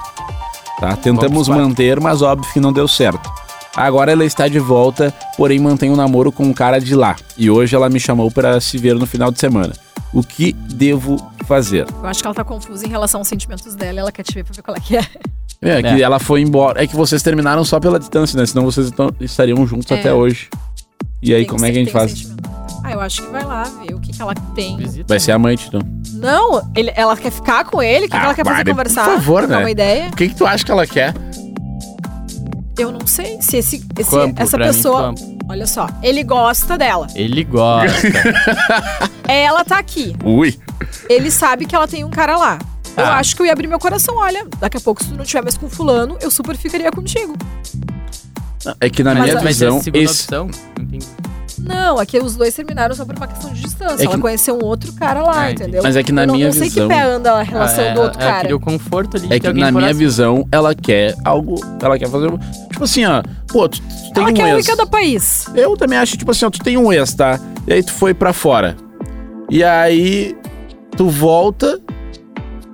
S1: Tá? Tentamos
S3: quatro.
S1: manter, mas óbvio que não deu certo. Agora ela está de volta, porém mantém um namoro com um cara de lá. E hoje ela me chamou para se ver no final de semana. O que devo fazer?
S2: Eu acho que ela tá confusa em relação aos sentimentos dela. Ela quer te ver pra ver qual é que é.
S1: É, que
S3: É.
S1: ela foi embora. É que vocês terminaram só pela distância, né? Senão vocês tão- estariam juntos
S2: É.
S1: até hoje. E aí,
S2: Tem
S1: como é
S2: ser-
S1: que a gente
S2: tem
S1: faz?
S2: sentimento. Ah, eu acho que vai lá ver o que, que ela tem.
S3: visita.
S1: Vai ser amante, então.
S2: Não, ele- ela quer ficar com ele? O que, que
S1: Ah,
S2: ela quer fazer
S1: Barbie,
S2: conversar?
S1: por favor,
S2: Trocar
S1: né?
S2: uma ideia?
S1: O que, que tu acha que ela quer?
S2: Eu não sei se esse, esse-
S3: Campo,
S2: essa
S3: pra mim,
S2: pessoa.
S3: campo.
S2: olha só, ele gosta dela.
S3: Ele gosta.
S2: Ela tá aqui.
S1: Ui.
S2: Ele sabe que ela tem um cara lá. Eu
S3: Ah.
S2: acho que eu ia abrir meu coração. Olha, daqui a pouco, se tu não tiver mais com fulano, eu super ficaria contigo.
S1: É que na
S2: Mas
S1: minha
S2: a-
S3: Mas é a
S1: visão,
S3: segunda
S1: esse,
S3: opção. Não tem-
S2: Não, aqui os dois terminaram só por uma questão de distância.
S1: É
S2: ela
S1: que-
S2: conheceu um outro cara lá,
S3: Ah, entendi.
S2: entendeu?
S1: Mas é que na
S2: eu não,
S1: minha
S2: não sei
S1: visão-
S2: que pé anda a
S3: Ah,
S2: relação
S3: é,
S2: do outro
S3: ela- ela
S2: cara.
S3: queria o conforto ali
S1: é
S3: de
S1: que
S3: alguém
S1: na
S3: por
S1: minha
S3: assim.
S1: visão, ela quer algo. Ela quer fazer. Tipo assim, ó. Pô, tu, tu tem
S2: ela
S1: um
S2: quer um em
S1: ex.
S2: cada país.
S1: Eu também acho, tipo assim, ó, tu tem um ex, tá? E aí tu foi pra fora. E aí tu volta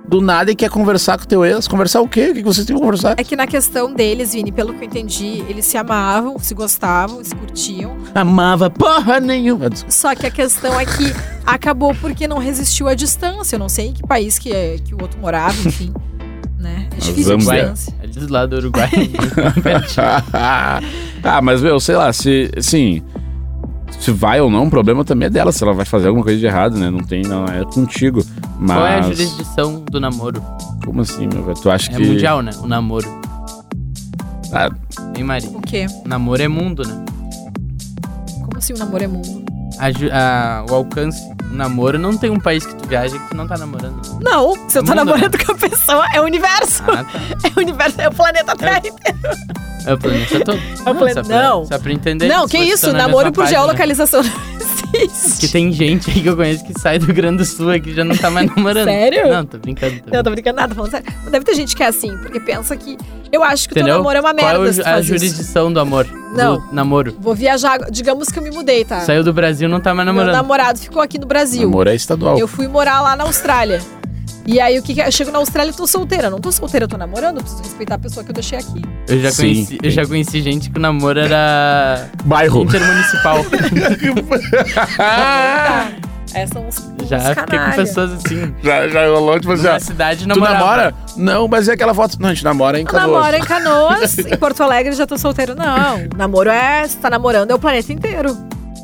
S1: do nada e quer conversar com teu ex. Conversar o quê? O que que vocês têm pra conversar?
S2: É que na questão deles, Vini, pelo que eu entendi, eles se amavam, se gostavam, se curtiam.
S1: Amava porra nenhuma.
S2: Só que a questão é que acabou porque não resistiu à distância. Eu não sei em que país que, é- que o outro morava, enfim. Né? É difícil a
S1: Zâmbia.
S2: distância.
S3: Eles lá é do Uruguai.
S1: ah, mas meu, sei lá, se assim, se vai ou não, o problema também é dela, se ela vai fazer alguma coisa de errado, né? Não tem, não, é contigo. Mas
S3: Qual é a jurisdição do namoro?
S1: como assim, meu velho? Tu acha
S3: É
S1: que
S3: mundial, né? O namoro.
S1: Ah,
S3: Hein, Mari?
S2: O quê?
S3: Namoro é mundo, né?
S2: Como assim o namoro é mundo?
S3: A ju- a- o alcance do namoro não tem um país que tu viaja que tu não tá namorando.
S2: Não, se eu tô
S3: É Mundo, né?
S2: namorando com a pessoa, é o universo.
S3: Ah, tá.
S2: É o universo, é o planeta Terra.
S3: É o planeta todo.
S2: É o planeta-
S3: só pra-
S2: não.
S3: Só pra entender.
S2: não,
S3: se
S2: que
S3: vocês
S2: isso,
S3: estão Tá na
S2: namoro
S3: mesma
S2: por
S3: página.
S2: geolocalização. triste.
S3: Que tem gente aí que eu conheço que sai do Rio Grande do Sul aqui e já não tá mais namorando.
S2: Sério?
S3: Não, tô brincando. Tô
S2: Não,
S3: brincando.
S2: tô brincando nada, tô falando sério. Mas deve ter gente que é assim, porque pensa que. Eu acho que o teu
S3: Entendeu?
S2: namoro é uma merda.
S3: Qual é o ju-
S2: se tu
S3: a
S2: faz isso.
S3: jurisdição do amor?
S2: Não.
S3: Do namoro.
S2: Vou viajar. Digamos que eu me mudei, tá?
S3: Saiu do Brasil não tá mais
S2: Meu
S3: namorando.
S2: namorado ficou aqui no Brasil.
S1: Namoro é estadual.
S2: Eu fui morar lá na Austrália. E aí, o que que é? Eu chego na Austrália e tô solteira. Não tô solteira, eu tô namorando. Eu preciso respeitar a pessoa que eu deixei aqui.
S3: Eu, já
S1: Sim,
S3: conheci, eu
S1: entendi.
S3: já conheci gente que o namoro era
S1: Bairro.
S3: intermunicipal.
S1: Ah.
S2: Tá. Essas são uns, uns
S3: já fiquei com
S2: canalha.
S3: pessoas assim.
S1: já, já rolou, tipo assim, ó.
S3: Na cidade
S1: Tu
S3: namorava.
S1: namora? Não, mas é aquela foto. Não, a gente namora em
S2: Eu
S1: Canoas.
S2: namoro em Canoas, em Porto Alegre já tô solteiro. Não, namoro é, se tá namorando é o planeta inteiro.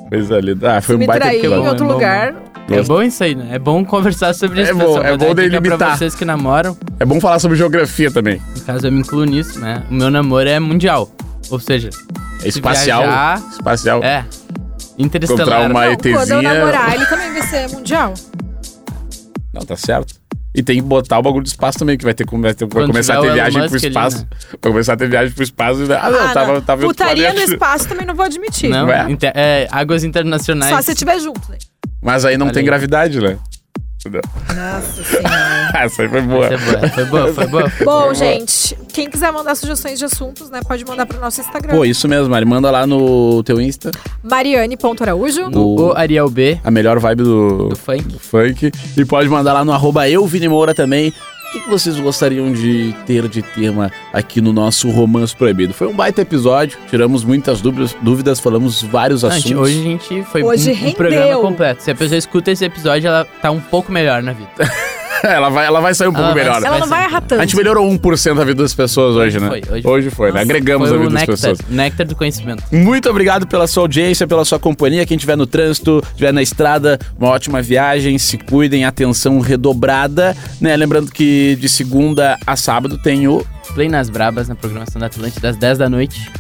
S1: Coisa linda. Ah, foi
S2: Se me
S1: um baita
S2: trair
S3: bom,
S2: em
S3: é
S2: outro
S3: bom,
S2: lugar,
S3: É bom isso aí, né? É bom conversar sobre
S1: É
S3: isso. né?
S1: bom,
S3: pessoal.
S1: é
S3: Vou
S1: bom
S3: dar dica
S1: delimitar.
S3: Pra vocês que namoram,
S1: É bom falar sobre geografia também.
S3: no caso eu me incluo nisso, né? O meu namoro é mundial. Ou seja,
S1: É espacial.
S3: viajar-
S1: Espacial.
S3: é
S1: Encontrar
S3: interestelar.
S1: uma
S2: não, quando eu
S1: ETzinha.
S2: namorar, ele também vai ser mundial.
S1: Não, tá certo. E tem que botar o bagulho do espaço também, que vai ter, vai ter- vai
S3: Quando
S1: começar a ter
S3: tiver o Elon
S1: viagem pro
S3: Musk ali,
S1: espaço.
S3: né?
S1: Vai começar a ter viagem pro espaço. e- Ah, não,
S2: Ah,
S1: tava,
S2: não.
S1: tava em outro
S2: Putaria no
S1: planeta.
S2: espaço também não vou admitir.
S3: Não,
S1: É.
S3: inter- é, águas internacionais.
S2: Só se estiver junto. né?
S1: Mas aí não
S3: Olha
S1: tem
S3: aí.
S1: gravidade, né?
S2: Nossa senhora.
S1: Essa aí foi boa.
S3: Essa é boa, Foi boa, foi boa.
S2: Bom, gente, quem quiser mandar sugestões de assuntos, né, pode mandar pro nosso Instagram.
S1: Pô, isso mesmo, Mari. Manda lá no teu Insta.
S2: Mariane.araújo.
S3: O, o Ariel B,
S1: A melhor vibe do,
S3: do funk.
S1: do funk. E pode mandar lá no arroba eu, Vini Moura, também. O que, que vocês gostariam de ter de tema aqui no nosso Romance Proibido? Foi um baita episódio, tiramos muitas dúvidas, dúvidas falamos vários
S3: Não,
S1: assuntos.
S3: gente, hoje a gente foi
S2: Hoje
S3: um, um
S2: rendeu.
S3: programa completo. Se a pessoa escuta esse episódio, ela tá um pouco melhor na vida.
S1: ela, vai, ela vai sair um
S3: Ela
S1: pouco
S3: vai
S1: melhor.
S3: sair.
S2: Ela não vai errar
S1: A
S2: tanto.
S1: gente melhorou 1% a vida das pessoas hoje, né?
S3: Foi, hoje-
S1: foi, né?
S2: Nossa.
S1: Agregamos
S3: foi um
S1: a
S3: o
S1: vida das
S3: néctar,
S1: pessoas.
S3: néctar do conhecimento.
S1: Muito obrigado pela sua audiência, pela sua companhia. Quem estiver no trânsito, estiver na estrada, uma ótima viagem. Se cuidem, atenção redobrada. Né? Lembrando que de segunda a sábado tem o
S3: Play nas Brabas, na programação da Atlântida, às 10 da noite.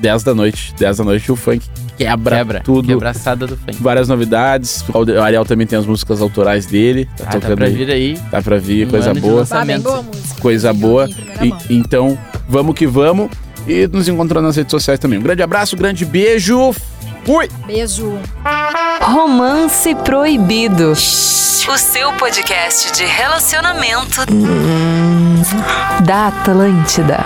S1: 10 da noite. 10 da noite o funk quebra,
S3: Quebra.
S1: tudo.
S3: Quebraçada do funk.
S1: Várias novidades. O Ariel também tem as músicas autorais dele. Tá
S3: Ah,
S1: tocando
S3: tá pra
S1: aí.
S3: vir aí.
S1: Dá pra vir,
S3: Um
S1: coisa
S3: ano de
S1: boa.
S3: lançamento.
S2: Ah, bem boa a música.
S1: Coisa
S2: Fica
S1: boa.
S2: aqui em primeira
S1: E-
S2: mão.
S1: então, vamos que vamos. E nos encontrando nas redes sociais também. Um grande abraço, grande beijo. Fui!
S2: Beijo.
S5: Romance Proibido. O seu podcast de relacionamento da Atlântida.